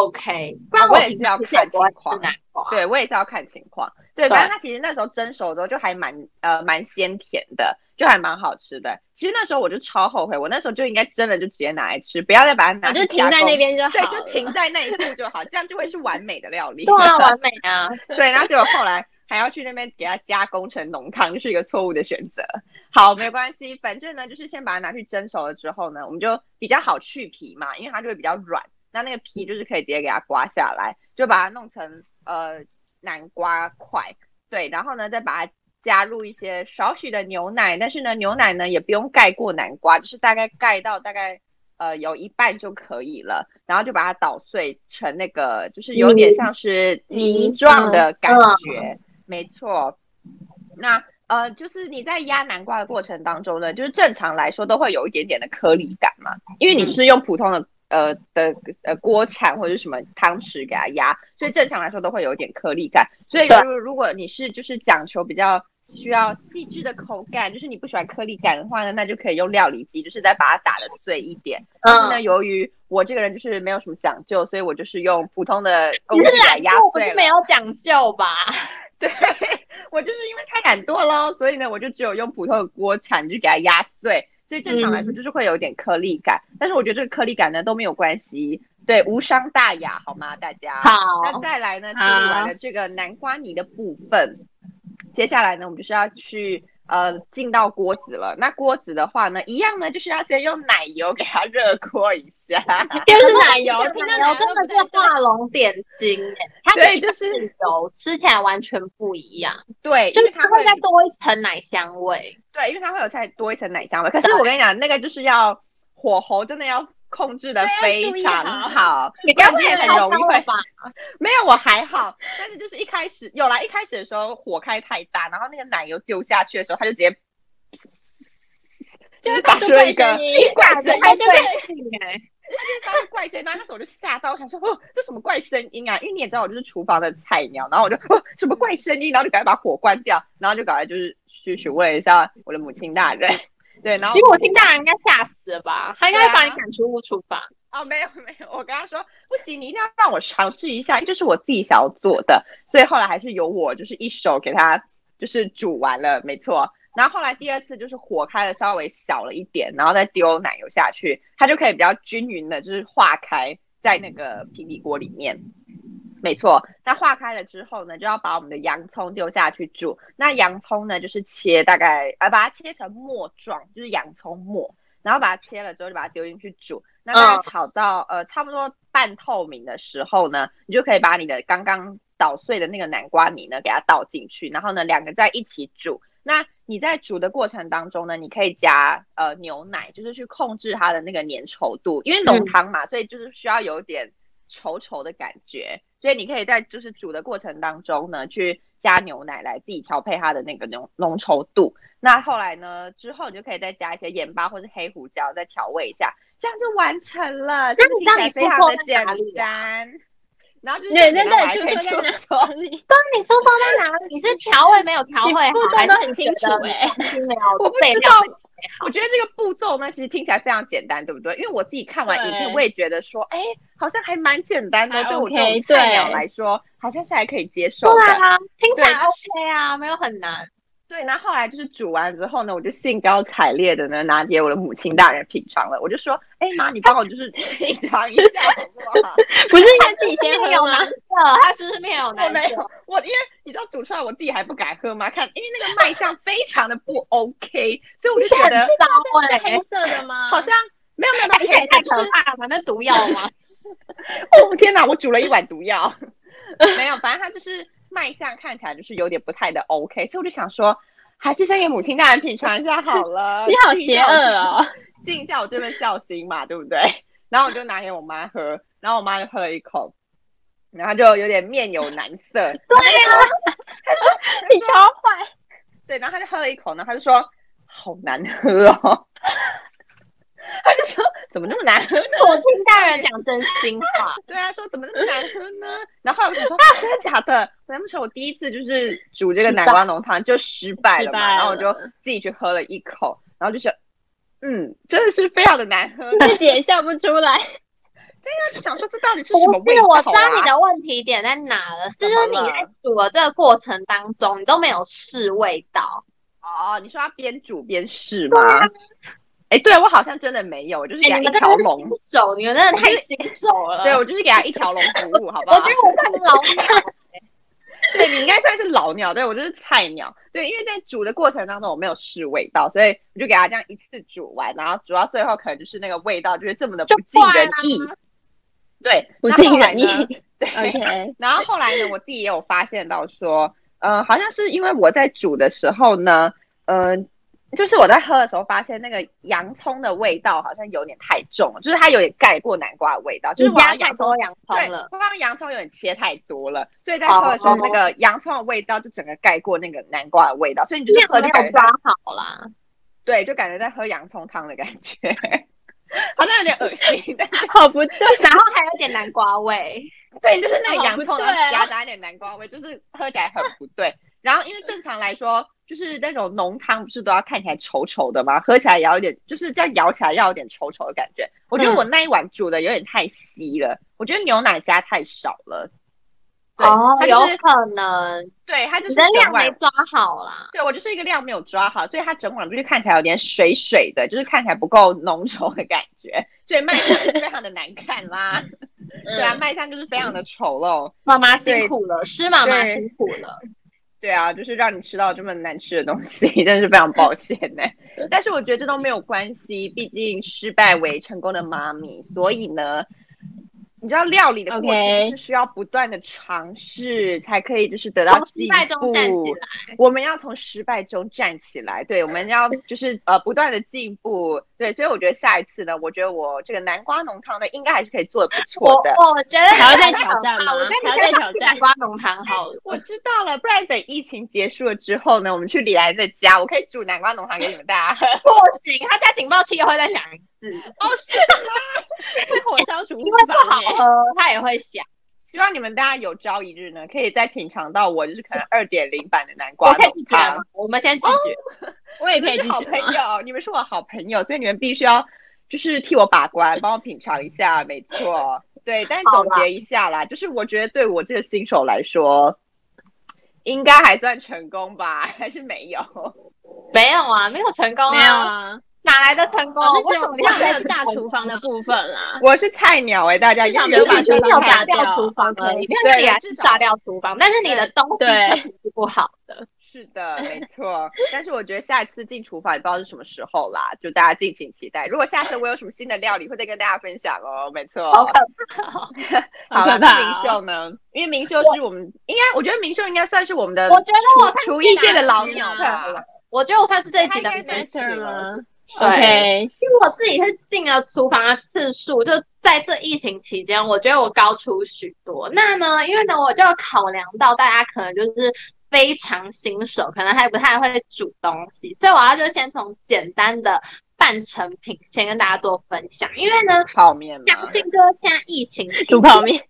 [SPEAKER 1] OK，不然
[SPEAKER 2] 啊我也
[SPEAKER 1] 其
[SPEAKER 2] 是
[SPEAKER 1] 实
[SPEAKER 2] 要
[SPEAKER 1] 不
[SPEAKER 2] 看
[SPEAKER 1] 不会
[SPEAKER 2] 情况
[SPEAKER 1] 吃南瓜。
[SPEAKER 2] 对我也是要看情况。对，
[SPEAKER 1] 对
[SPEAKER 2] 反正它其实那时候蒸熟之后就还蛮呃蛮鲜甜的，就还蛮好吃的。其实那时候我就超后悔，我那时候就应该真的就直接拿来吃，不要再把它拿
[SPEAKER 3] 我
[SPEAKER 2] 去
[SPEAKER 3] 哦就停
[SPEAKER 2] 加
[SPEAKER 3] 在
[SPEAKER 2] 工
[SPEAKER 3] 那。边就好
[SPEAKER 2] 对，
[SPEAKER 3] 了。
[SPEAKER 2] 就停在那一步就好，这样就会是完美的料理。
[SPEAKER 1] 对 啊，完美啊！
[SPEAKER 2] 对，然后结果后来还要去那边给它加工成浓汤，是一个错误的选择。好，没关系，反正呢，就是先把它拿去蒸熟了之后呢，我们就比较好去皮嘛，因为它就会比较软。那那个皮就是可以直接给它刮下来，就把它弄成呃南瓜块。对，然后呢，再把它加入一些少许的牛奶，但是呢，牛奶呢也不用盖过南瓜，就是大概盖到大概呃有一半就可以了，然后就把它捣碎成那个，就是有点
[SPEAKER 1] 泥
[SPEAKER 2] 像是泥
[SPEAKER 3] 泥
[SPEAKER 2] 状的感
[SPEAKER 1] 嗯
[SPEAKER 2] 觉，没错。那呃，就是你在压南瓜的过程当中呢，就是正常来说都会有一点点的颗粒感嘛，因为
[SPEAKER 1] 嗯
[SPEAKER 2] 你是用普通的呃的呃锅铲或者是什么汤匙给它压，所以正常来说都会有一点颗粒感。所以
[SPEAKER 1] 对
[SPEAKER 2] 如如果你是就是讲求比较需要细致的口感，就是你不喜欢颗粒感的话呢，那就可以用料理机，就是再把它打的碎一点。但是呢，
[SPEAKER 1] 嗯，
[SPEAKER 2] 由于我这个人就是没有什么讲究，所以我就是用普通的工
[SPEAKER 1] 你
[SPEAKER 2] 具
[SPEAKER 1] 是
[SPEAKER 2] 给它
[SPEAKER 1] 懒
[SPEAKER 2] 压
[SPEAKER 1] 惰，不
[SPEAKER 2] 碎
[SPEAKER 1] 是
[SPEAKER 2] 了。
[SPEAKER 1] 没有讲究吧？
[SPEAKER 2] 对，我就是因为太懒惰喽，所以呢，我就只有用普通的锅铲去给它压碎，所以正常来说就是会有一点颗粒感，但是我觉得这个颗粒感呢都没有关系，对，无伤大雅，好吗，大家？那
[SPEAKER 1] 好，
[SPEAKER 2] 再来呢，处
[SPEAKER 3] 好
[SPEAKER 2] 理完了这个南瓜泥的部分，接下来呢，我们就是要去呃进到锅子了。那锅子的话呢，一样呢，就是要先用奶油给它热锅一下，
[SPEAKER 3] 就是奶油，
[SPEAKER 1] 这
[SPEAKER 3] 听
[SPEAKER 1] 个奶
[SPEAKER 3] 到奶
[SPEAKER 1] 油
[SPEAKER 3] 油
[SPEAKER 1] 真的
[SPEAKER 3] 都不
[SPEAKER 1] 是
[SPEAKER 3] 对劲
[SPEAKER 1] 画龙点睛哎，它
[SPEAKER 2] 对，
[SPEAKER 1] 跟
[SPEAKER 2] 就是
[SPEAKER 1] 奶油吃起来完全不一样，
[SPEAKER 2] 对，
[SPEAKER 1] 就
[SPEAKER 2] 因
[SPEAKER 1] 是
[SPEAKER 2] 为
[SPEAKER 1] 它
[SPEAKER 2] 它
[SPEAKER 1] 会
[SPEAKER 2] 会
[SPEAKER 1] 再多一层奶香味。
[SPEAKER 2] 对，因为它会有再多一层奶香味。可是我跟你讲，那个就是要火候真的要控制的
[SPEAKER 3] 对
[SPEAKER 2] 非
[SPEAKER 3] 要注意
[SPEAKER 2] 常
[SPEAKER 3] 好
[SPEAKER 2] 好。
[SPEAKER 1] 你
[SPEAKER 2] 该
[SPEAKER 1] 该
[SPEAKER 2] 不
[SPEAKER 1] 不
[SPEAKER 2] 会
[SPEAKER 1] 会
[SPEAKER 2] 也
[SPEAKER 1] 也
[SPEAKER 2] 很
[SPEAKER 1] 很
[SPEAKER 2] 容
[SPEAKER 1] 容
[SPEAKER 2] 易
[SPEAKER 1] 易
[SPEAKER 2] 会
[SPEAKER 1] 吧？
[SPEAKER 2] 没有，我还好，但是就是一开始有啦，一开始的时候火开太大，然后那个奶油丢下去的时候，它就直接
[SPEAKER 3] 就是
[SPEAKER 2] 打
[SPEAKER 3] 发
[SPEAKER 2] 出
[SPEAKER 3] 出
[SPEAKER 2] 了一
[SPEAKER 3] 怪
[SPEAKER 2] 个
[SPEAKER 3] 声音，
[SPEAKER 2] 怪声
[SPEAKER 1] 对，
[SPEAKER 2] 音，
[SPEAKER 1] 它
[SPEAKER 3] 就会
[SPEAKER 1] 对劲哎，
[SPEAKER 2] 发出怪声音，然后那时候我就吓到，我想说哦，这什么怪声音啊？因为你也知道我就是厨房的菜鸟，然后我就哦什么怪声音，然后就赶快把火关掉，然后就赶快就是去询问了一下我的母亲大人，对，然后
[SPEAKER 1] 因为我听大人应该吓死了吧？他应
[SPEAKER 2] 啊
[SPEAKER 1] 该把你赶出厨房。
[SPEAKER 2] 哦，没有没有，我跟他说不行，你一定要让我尝试一下，因为这是我自己想要做的，所以后来还是由我就是一手给他就是煮完了，没错。然后后来第二次就是火开的稍微小了一点，然后再丢奶油下去，它就可以比较均匀的，就是化开在那个平底锅里面。没错，那化开了之后呢，就要把我们的洋葱丢下去煮。那洋葱呢，就是切大概呃，把它切成末状，就是洋葱末，然后把它切了之后就把它丢进去煮。那大概
[SPEAKER 1] 嗯
[SPEAKER 2] 炒到、呃差不多半透明的时候呢，你就可以把你的刚刚捣碎的那个南瓜泥呢给它倒进去，然后呢两个在一起煮。那你在煮的过程当中呢，你可以加呃牛奶，就是去控制它的那个粘稠度，因为浓
[SPEAKER 1] 嗯
[SPEAKER 2] 汤嘛，所以就是需要有点稠稠的感觉，所以你可以在就是煮的过程当中呢，去加牛奶来自己调配它的那个浓浓稠度。那后来呢，之后你就可以再加一些盐巴或是黑胡椒，再调味一下，这样就完成了。就是
[SPEAKER 1] 你
[SPEAKER 2] 听
[SPEAKER 1] 知道你
[SPEAKER 2] 起来非
[SPEAKER 1] 出
[SPEAKER 2] 常
[SPEAKER 1] 错
[SPEAKER 2] 的
[SPEAKER 1] 在
[SPEAKER 2] 简
[SPEAKER 1] 哪里啊
[SPEAKER 2] 单。然后就是
[SPEAKER 3] 对，
[SPEAKER 2] 简单
[SPEAKER 3] 真
[SPEAKER 2] 我
[SPEAKER 3] 的
[SPEAKER 2] 还
[SPEAKER 3] 出
[SPEAKER 2] 可以
[SPEAKER 3] 错在
[SPEAKER 2] 出
[SPEAKER 3] 哪里？
[SPEAKER 1] 那你出错在哪里？你是调味没有调
[SPEAKER 3] 你
[SPEAKER 1] 味好
[SPEAKER 3] 步，
[SPEAKER 1] 还
[SPEAKER 3] 骤
[SPEAKER 1] 是
[SPEAKER 3] 都很清楚
[SPEAKER 1] 觉得
[SPEAKER 3] 哎，
[SPEAKER 1] 是没有
[SPEAKER 2] 我不
[SPEAKER 1] 备
[SPEAKER 2] 知
[SPEAKER 1] 料
[SPEAKER 2] 道
[SPEAKER 1] 没有备好
[SPEAKER 2] 我觉得这个步骤呢，其实听起来非常简单，对不对？因为我自己看完影片，
[SPEAKER 3] 对
[SPEAKER 2] 我也觉得说，哎，好像还蛮简单的，
[SPEAKER 3] 还
[SPEAKER 2] 对我这
[SPEAKER 3] OK，
[SPEAKER 2] 种菜鸟
[SPEAKER 3] 对
[SPEAKER 2] 来说，好像是还可以接受
[SPEAKER 1] 对
[SPEAKER 2] 的。
[SPEAKER 1] 啊，听起
[SPEAKER 2] 对
[SPEAKER 1] 来
[SPEAKER 2] 那
[SPEAKER 1] OK 啊，没有很难。
[SPEAKER 2] 对，那后来就是煮完之后呢，我就兴高采烈的呢拿给我的母亲大人品尝了，我就说，哎妈，你帮我就是品尝一下好不好？
[SPEAKER 3] 不是应该自 己先
[SPEAKER 1] 面有
[SPEAKER 3] 喝吗
[SPEAKER 1] 难？色，它是不是面有
[SPEAKER 2] 我
[SPEAKER 1] 难
[SPEAKER 2] 没
[SPEAKER 1] 色？
[SPEAKER 2] 有，我因为你知道煮出来我自己还不敢喝吗？看，因为那个卖相非常的不 OK，所以我就觉得
[SPEAKER 1] 骚
[SPEAKER 3] 是
[SPEAKER 1] 哎
[SPEAKER 3] 黑，色的吗？
[SPEAKER 2] 好像没有没有到
[SPEAKER 1] 而且
[SPEAKER 2] 黑
[SPEAKER 1] 哎也太
[SPEAKER 2] 色，就
[SPEAKER 1] 可
[SPEAKER 2] 是
[SPEAKER 1] 怕了，那毒药 吗？
[SPEAKER 2] 哦 天哪，我煮了一碗毒药，没有，反正它就是卖相看起来就是有点不太的 OK，所以我就想说，还是先给母亲大人品尝一下好了。
[SPEAKER 3] 你好
[SPEAKER 2] 尽一
[SPEAKER 3] 邪
[SPEAKER 2] 下我
[SPEAKER 3] 恶哦！
[SPEAKER 2] 尽一下我这份孝心嘛，对不对？然后我就拿给我妈喝，然后我妈就喝了一口，然后就有点面有难色。对
[SPEAKER 3] 啊 你超坏，
[SPEAKER 2] 对，然后她就喝了一口，然后她就说好难喝哦， 她就说怎么那么难喝呢？
[SPEAKER 1] 我听大人讲真心话，
[SPEAKER 2] 对啊，说怎么那么难喝呢？ 然后我就 说真的假的？难不成我第一次就是煮这个南瓜浓汤就失败了嘛？
[SPEAKER 3] 失败了
[SPEAKER 2] 然后我就自己去喝了一 口，然后就是嗯，真的是非常的难喝。
[SPEAKER 3] 自己也笑不出来。
[SPEAKER 2] 那就想说这到底是什
[SPEAKER 1] 不
[SPEAKER 2] 么味
[SPEAKER 1] 是，啊
[SPEAKER 2] 道
[SPEAKER 1] 我
[SPEAKER 2] 啊？
[SPEAKER 1] 知道你的问题点在哪了，是
[SPEAKER 2] 怎
[SPEAKER 1] 就是你
[SPEAKER 2] 么
[SPEAKER 1] 在
[SPEAKER 2] 了
[SPEAKER 1] 煮的这个过程当中，你都没有试味道。
[SPEAKER 2] 哦，你说他边煮边试吗？哎、对啊，我好像真的没有，我就是给
[SPEAKER 1] 哎、
[SPEAKER 2] 他
[SPEAKER 1] 你
[SPEAKER 2] 一
[SPEAKER 1] 们真
[SPEAKER 2] 条
[SPEAKER 1] 的是
[SPEAKER 2] 龙
[SPEAKER 1] 新，手，你们真的太新手了。
[SPEAKER 2] 对
[SPEAKER 1] 我
[SPEAKER 2] 我就是给他一条龙服务，好不好
[SPEAKER 1] 觉？得我算老鸟。
[SPEAKER 2] 对你应该算是老鸟，对我就是菜鸟。对，因为在煮的过程当中我没有试味道，所以我就给它这样一次煮完，然后煮到最后可能就是那个味道就是这么的
[SPEAKER 1] 就
[SPEAKER 2] 不尽
[SPEAKER 1] 挂
[SPEAKER 2] 人
[SPEAKER 1] 啦
[SPEAKER 2] 意。对，
[SPEAKER 3] 不
[SPEAKER 2] 那
[SPEAKER 3] 尽
[SPEAKER 2] 后来
[SPEAKER 3] 人意
[SPEAKER 2] 呢对
[SPEAKER 3] OK，
[SPEAKER 2] 然后后来呢，我自己也有发现到说，呃，好像是因为我在煮的时候呢，呃，就是我在喝的时候发现那个洋葱的味道好像有点太重了，就是它有点盖过南瓜的味道，就
[SPEAKER 1] 你
[SPEAKER 2] 是我好
[SPEAKER 1] 加太
[SPEAKER 2] 像洋葱
[SPEAKER 1] 多洋
[SPEAKER 2] 对，
[SPEAKER 1] 葱了，
[SPEAKER 2] 我放洋葱有点切太多了，所以在喝的时候，
[SPEAKER 1] 哦
[SPEAKER 2] 那个洋葱的味道就整个盖过那个南瓜的味道，所以你就是
[SPEAKER 1] 量
[SPEAKER 2] 喝
[SPEAKER 1] 没
[SPEAKER 2] 就感
[SPEAKER 1] 有
[SPEAKER 2] 觉
[SPEAKER 1] 抓
[SPEAKER 2] 到，
[SPEAKER 1] 好啦。
[SPEAKER 2] 对，就感觉在喝洋葱汤的感觉， 好像有点恶心，但是
[SPEAKER 3] 好不对，
[SPEAKER 1] 然后还有点南瓜味，
[SPEAKER 2] 对，就是那个
[SPEAKER 3] 好
[SPEAKER 2] 洋
[SPEAKER 3] 不
[SPEAKER 2] 葱
[SPEAKER 3] 对
[SPEAKER 2] 然后
[SPEAKER 3] 啊
[SPEAKER 2] 夹杂一点南瓜味，就是喝起来很不对。然后因为正常来说，就是那种浓汤不是都要看起来稠稠的吗？喝起来也要有点，就是这样摇起来要有点稠稠的感觉。我觉
[SPEAKER 1] 嗯
[SPEAKER 2] 得我那一碗煮的有点太稀了，我觉得牛奶加太少了。对它
[SPEAKER 1] 有
[SPEAKER 2] 就是
[SPEAKER 1] 可能
[SPEAKER 2] 对，它哦就
[SPEAKER 1] 你
[SPEAKER 2] 是
[SPEAKER 1] 的量
[SPEAKER 2] 整碗
[SPEAKER 1] 没抓好啦。
[SPEAKER 2] 对我就是一个量没有抓好，所以它整碗就是看起来有点水水的，就是看起来不够浓稠的感觉，所以卖相就非常的难看 啦。对啊，
[SPEAKER 3] 嗯
[SPEAKER 2] 卖相就是非常的丑陋。
[SPEAKER 1] 妈妈辛
[SPEAKER 2] 对
[SPEAKER 1] 苦了，施妈妈
[SPEAKER 2] 对
[SPEAKER 1] 辛苦了。
[SPEAKER 2] 对啊，就是让你吃到这么难吃的东西， 真的是非常抱歉呢、但是我觉得这都没有关系，毕竟失败为成功的妈咪，所以呢。你知道料理的过程
[SPEAKER 3] OK
[SPEAKER 2] 是需要不断的尝试才可以，就是得到
[SPEAKER 1] 从失
[SPEAKER 2] 进
[SPEAKER 1] 败中站起
[SPEAKER 2] 步
[SPEAKER 1] 来，
[SPEAKER 2] 我们要从失败中站起来，对，我们要就是呃不断的进步，对，所以我觉得下一次呢，我觉得我这个南瓜浓汤呢，应该还是可以做的不
[SPEAKER 1] 我
[SPEAKER 2] 错的。
[SPEAKER 1] 我觉得
[SPEAKER 3] 还要再
[SPEAKER 1] 很
[SPEAKER 3] 挑战
[SPEAKER 1] 好
[SPEAKER 3] 吗
[SPEAKER 1] 我跟你
[SPEAKER 3] 还要再
[SPEAKER 1] 先
[SPEAKER 3] 挑
[SPEAKER 1] 去
[SPEAKER 3] 战
[SPEAKER 1] 南瓜浓汤好了。
[SPEAKER 2] 我知道了，不然等疫情结束了之后呢，我们去李来的家，我可以煮南瓜浓汤给你们大家喝。
[SPEAKER 1] 不行，他家警报器也会再响一次，
[SPEAKER 2] 哦，是吗？
[SPEAKER 3] 火烧厨
[SPEAKER 1] 因为不
[SPEAKER 3] 房
[SPEAKER 1] 好
[SPEAKER 3] 欸
[SPEAKER 1] 喝，他也会响。
[SPEAKER 2] 希望你们大家有朝一日呢，可以再品尝到我就是可能二点零版的南瓜
[SPEAKER 1] 我可以拒
[SPEAKER 2] 浓
[SPEAKER 1] 绝
[SPEAKER 2] 汤
[SPEAKER 1] 吗。？我们先拒绝。
[SPEAKER 3] 我也
[SPEAKER 2] 你
[SPEAKER 3] 可
[SPEAKER 2] 们
[SPEAKER 3] 以
[SPEAKER 2] 是好
[SPEAKER 3] 拒
[SPEAKER 2] 朋
[SPEAKER 3] 绝吗
[SPEAKER 2] 友，你们是我好朋友，所以你们必须要就是替我把关，帮我品尝一下，没错。对，但
[SPEAKER 1] 好
[SPEAKER 2] 总
[SPEAKER 1] 啦
[SPEAKER 2] 结一下啦，就是我觉得对我这个新手来说，应该还算成功吧， 还是没有？
[SPEAKER 1] 没有啊，没有成功
[SPEAKER 3] 没有
[SPEAKER 1] 啊，
[SPEAKER 3] 啊，
[SPEAKER 1] 哪来的成功？
[SPEAKER 3] 我
[SPEAKER 1] 为
[SPEAKER 3] 是只
[SPEAKER 1] 什
[SPEAKER 3] 有
[SPEAKER 1] 么
[SPEAKER 3] 只有
[SPEAKER 1] 你要
[SPEAKER 3] 那个大厨房的部分啦。
[SPEAKER 2] 我是菜鸟哎、大家
[SPEAKER 3] 至少
[SPEAKER 2] 要
[SPEAKER 3] 没有
[SPEAKER 2] 把
[SPEAKER 3] 把
[SPEAKER 1] 只
[SPEAKER 3] 它
[SPEAKER 1] 有
[SPEAKER 3] 当
[SPEAKER 1] 炸
[SPEAKER 3] 炸
[SPEAKER 1] 掉
[SPEAKER 3] 掉
[SPEAKER 1] 厨房而已，因为
[SPEAKER 2] 对
[SPEAKER 1] 你还是
[SPEAKER 2] 至少
[SPEAKER 1] 炸掉厨房，但是你的东西
[SPEAKER 3] 对
[SPEAKER 1] 确实是不好的。
[SPEAKER 2] 是的，没错。但是我觉得下一次进厨房也不知道是什么时候啦，就大家敬请期待。如果下次我有什么新的料理，会再跟大家分享哦。没错，
[SPEAKER 1] 好可
[SPEAKER 2] 好
[SPEAKER 3] 可
[SPEAKER 2] 了，
[SPEAKER 3] 怕
[SPEAKER 2] 那明
[SPEAKER 3] 哦
[SPEAKER 2] 秀呢？因为明秀是我们应该，我觉得明秀应该算是我们的
[SPEAKER 1] 我觉得我
[SPEAKER 2] 厨
[SPEAKER 1] 算是
[SPEAKER 2] 厨艺界的老
[SPEAKER 3] 大师
[SPEAKER 2] 鸟
[SPEAKER 3] 啦
[SPEAKER 2] 吧。
[SPEAKER 1] 我觉得我算是这一集的
[SPEAKER 2] 他应该
[SPEAKER 1] 名
[SPEAKER 2] 算
[SPEAKER 3] m a s t e
[SPEAKER 2] 是
[SPEAKER 3] r
[SPEAKER 2] 了
[SPEAKER 3] 吗
[SPEAKER 1] 对
[SPEAKER 3] ？OK，
[SPEAKER 1] 因为我自己是进了厨房的次数，就在这疫情期间，我觉得我高出许多。那呢，因为呢，我就考量到大家可能就是非常新手，可能还不太会煮东西，所以我要就先从简单的半成品先跟大家做分享。因为呢，
[SPEAKER 2] 泡面嘛
[SPEAKER 1] 相，信哥现在疫情期间
[SPEAKER 3] 煮泡面，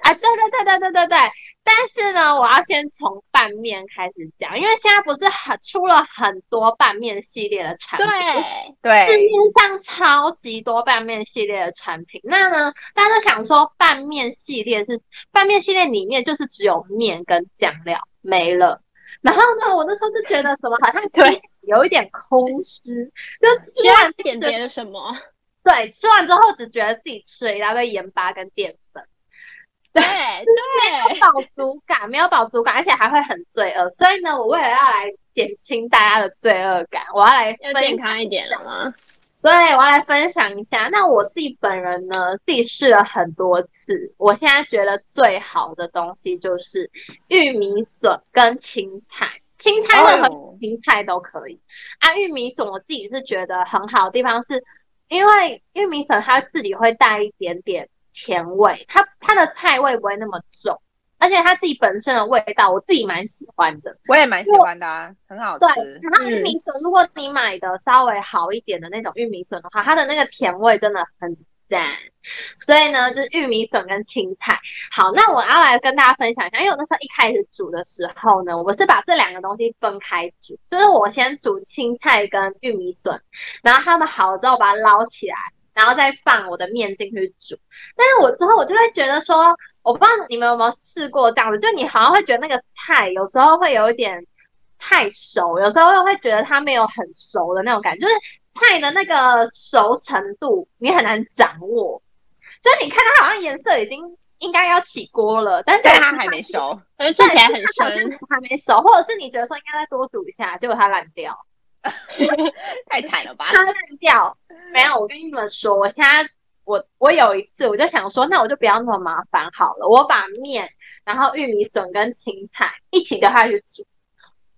[SPEAKER 1] 啊，对对对对对对对。但是呢，我要先从拌面开始讲，因为现在不是很出了很多拌面系列的产
[SPEAKER 3] 对
[SPEAKER 1] 品，，市
[SPEAKER 2] 对，
[SPEAKER 1] 面上超级多拌面系列的产品。那呢，大家想说拌面系列是拌面系列里面就是只有面跟酱料没了。然后呢，我那时候就觉得怎么好像吃
[SPEAKER 3] 对
[SPEAKER 1] 起来有一点空虚，就吃
[SPEAKER 3] 需
[SPEAKER 1] 完
[SPEAKER 3] 要点别的什么？
[SPEAKER 1] 对吃完之后只觉得自己吃了一大堆盐巴跟淀粉。
[SPEAKER 3] 对
[SPEAKER 1] 没有
[SPEAKER 3] 对，
[SPEAKER 1] 饱足感，没有饱足感，而且还会很罪恶。所以呢，我为了要来减轻大家的罪恶感，我要来
[SPEAKER 3] 要
[SPEAKER 1] 分，
[SPEAKER 3] 健康一点了吗？
[SPEAKER 1] 对，我要来分享一下。那我自己本人呢，自己试了很多次，我现在觉得最好的东西就是玉米笋跟青菜，青菜任何
[SPEAKER 2] 哎呦
[SPEAKER 1] 芹菜都可以。啊，玉米笋我自己是觉得很好的地方是，因为玉米笋它自己会带一点点甜味，它它的菜味不会那么重，而且它自己本身的味道我自己蛮喜欢的。
[SPEAKER 2] 我也蛮喜欢的、啊，很好
[SPEAKER 1] 对
[SPEAKER 2] 吃，。
[SPEAKER 1] 然后玉米笋，如果你买的稍微好一点的那种玉米笋的话，它的那个甜味真的很赞。所以呢，就是玉米笋跟青菜。好，那我要来跟大家分享一下，因为我那时候一开始煮的时候呢，我是把这两个东西分开煮，就是我先煮青菜跟玉米笋，然后它们好了之后把它捞起来，然后再放我的面进去煮。但是我之后我就会觉得说，我不知道你们有没有试过这样子，就你好像会觉得那个菜有时候会有一点太熟，有时候又会觉得它没有很熟的那种感觉，就是菜的那个熟程度你很难掌握。就是你看它好像颜色已经应该要起锅了，但是
[SPEAKER 2] 但啊它还没熟，
[SPEAKER 3] 而且
[SPEAKER 1] 对，
[SPEAKER 3] 吃起来很
[SPEAKER 1] 它好像
[SPEAKER 3] 生，
[SPEAKER 1] 还没熟，或者是你觉得说应该再多煮一下，结果它烂掉。
[SPEAKER 2] 太惨了吧？
[SPEAKER 1] 它烂掉。没有，我跟你们说，我现在我我有一次我就想说，那我就不要那么麻烦好了，我把面，然后玉米笋跟青菜一起丢下去煮。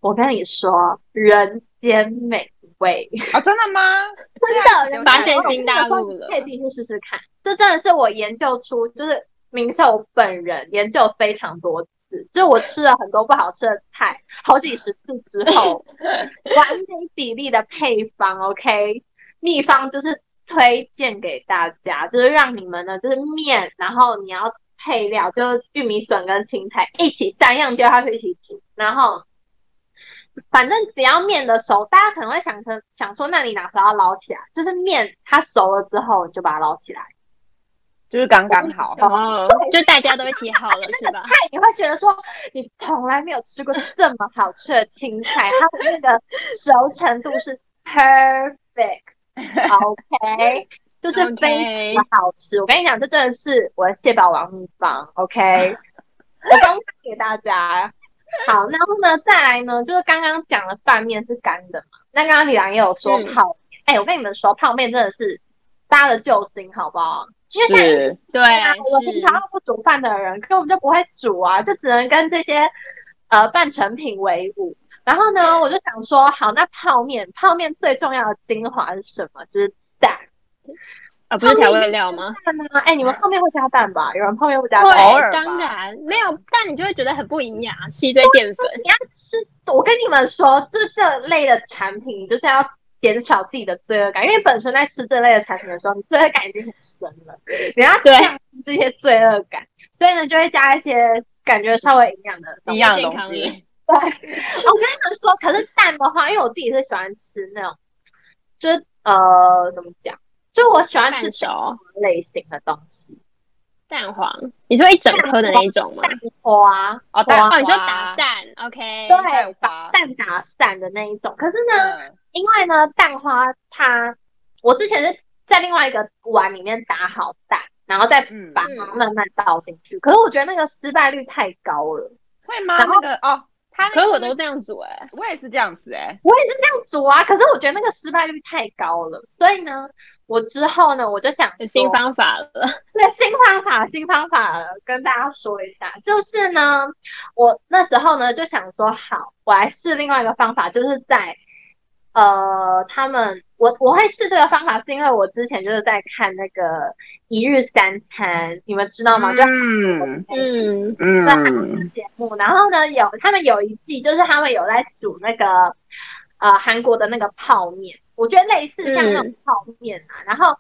[SPEAKER 1] 我跟你说，人间美味，
[SPEAKER 2] 哦，真的吗？
[SPEAKER 1] 啊真的
[SPEAKER 2] 发
[SPEAKER 3] 发
[SPEAKER 2] 现
[SPEAKER 3] 现
[SPEAKER 2] 新
[SPEAKER 3] 新大陆了
[SPEAKER 1] 可。以自己去试试看。这真的是我研究出，就是明秀本人研究非常多次，就是我吃了很多不好吃的菜，好几十次之后，完美比例的配方，OK，秘方就是推荐给大家，就是让你们呢，就是面，然后你要配料，就是玉米笋跟青菜一起三样丢下去一起煮，然后。反正只要面的熟，大家可能会想成想说，那你哪时候要捞起来？就是面它熟了之后，你就把它捞起来。
[SPEAKER 2] 就是刚刚好，
[SPEAKER 3] 哦，就大家都一起好了是吧？
[SPEAKER 1] 你会觉得说，你从来没有吃过这么好吃的青菜，它的那个熟程度是 perfect，OK，、就是非常的好吃。我跟你讲，这真的是我的蟹堡王秘方，OK，我刚刚给大家。好，然后呢，再来呢，就是刚刚讲的拌面是干的嘛，那刚刚李兰也有说
[SPEAKER 3] 嗯
[SPEAKER 1] 泡，哎、我跟你们说，泡面真的是大家的救星，好不好？因为现在
[SPEAKER 2] 是
[SPEAKER 1] 对
[SPEAKER 3] 对，
[SPEAKER 1] 啊，我平常
[SPEAKER 3] 哎是
[SPEAKER 1] 又不煮饭的人，根本就不会煮啊，就只能跟这些呃半成品为伍。然后呢，我就想说，好，那泡面，泡面最重要的精华是什么？就是蛋。
[SPEAKER 3] 啊，不是调味料吗？
[SPEAKER 1] 蛋呢？哎，你们泡面会加蛋吧？有人泡面不加
[SPEAKER 3] 会
[SPEAKER 1] 蛋？
[SPEAKER 2] 偶尔吧
[SPEAKER 3] 当然没有，但你就会觉得很不营养，吃一堆淀粉。
[SPEAKER 1] 你要吃，我跟你们说，就是这类的产品，你就是要减少自己的罪恶感，因为本身在吃这类的产品的时候，你罪恶感已经很深了，你要
[SPEAKER 3] 对
[SPEAKER 1] 降低这些罪恶感，所以呢，就会加一些感觉稍微营养的东西
[SPEAKER 2] 一样的
[SPEAKER 3] 健
[SPEAKER 2] 东
[SPEAKER 3] 康
[SPEAKER 2] 西，
[SPEAKER 1] 对，我 跟你们说，可是蛋的话，因为我自己是喜欢吃那种，就是呃，怎么讲？就我喜欢吃
[SPEAKER 3] 半熟
[SPEAKER 1] 类型的东西，
[SPEAKER 3] 蛋黄，你说一整颗的那一种吗
[SPEAKER 1] 蛋？花，
[SPEAKER 2] 哦，
[SPEAKER 1] 哇
[SPEAKER 2] 蛋
[SPEAKER 3] 哦，
[SPEAKER 2] 花，
[SPEAKER 3] 你说打蛋，OK，
[SPEAKER 1] 对，
[SPEAKER 2] 花
[SPEAKER 1] 把蛋打散的那一种。可是呢，
[SPEAKER 2] 嗯，
[SPEAKER 1] 因为呢，蛋花它，我之前是在另外一个碗里面打好蛋，然后再
[SPEAKER 2] 嗯
[SPEAKER 1] 把它慢慢倒进去。可是我觉得那个失败率太高了。
[SPEAKER 2] 会吗？
[SPEAKER 1] 然
[SPEAKER 2] 那
[SPEAKER 1] 后
[SPEAKER 2] 个哦，他
[SPEAKER 3] 可是我都这样煮哎，
[SPEAKER 2] 我也是这样子哎，
[SPEAKER 1] 我也是这样煮啊，可是我觉得那个失败率太高了，所以呢，我之后呢，我就想说
[SPEAKER 3] 有新方法了，
[SPEAKER 1] 对，新方法，新方法了，跟大家说一下，就是呢，我那时候呢就想说，好，我来试另外一个方法，就是在呃，他们我我会试这个方法，是因为我之前就是在看那个一日三餐，你们知道吗？就
[SPEAKER 2] 嗯
[SPEAKER 3] 嗯，
[SPEAKER 2] 嗯，
[SPEAKER 1] 节目，然后呢有他们有一季就是他们有在煮那个呃韩国的那个泡面，我觉得类似像那种泡面啊，然后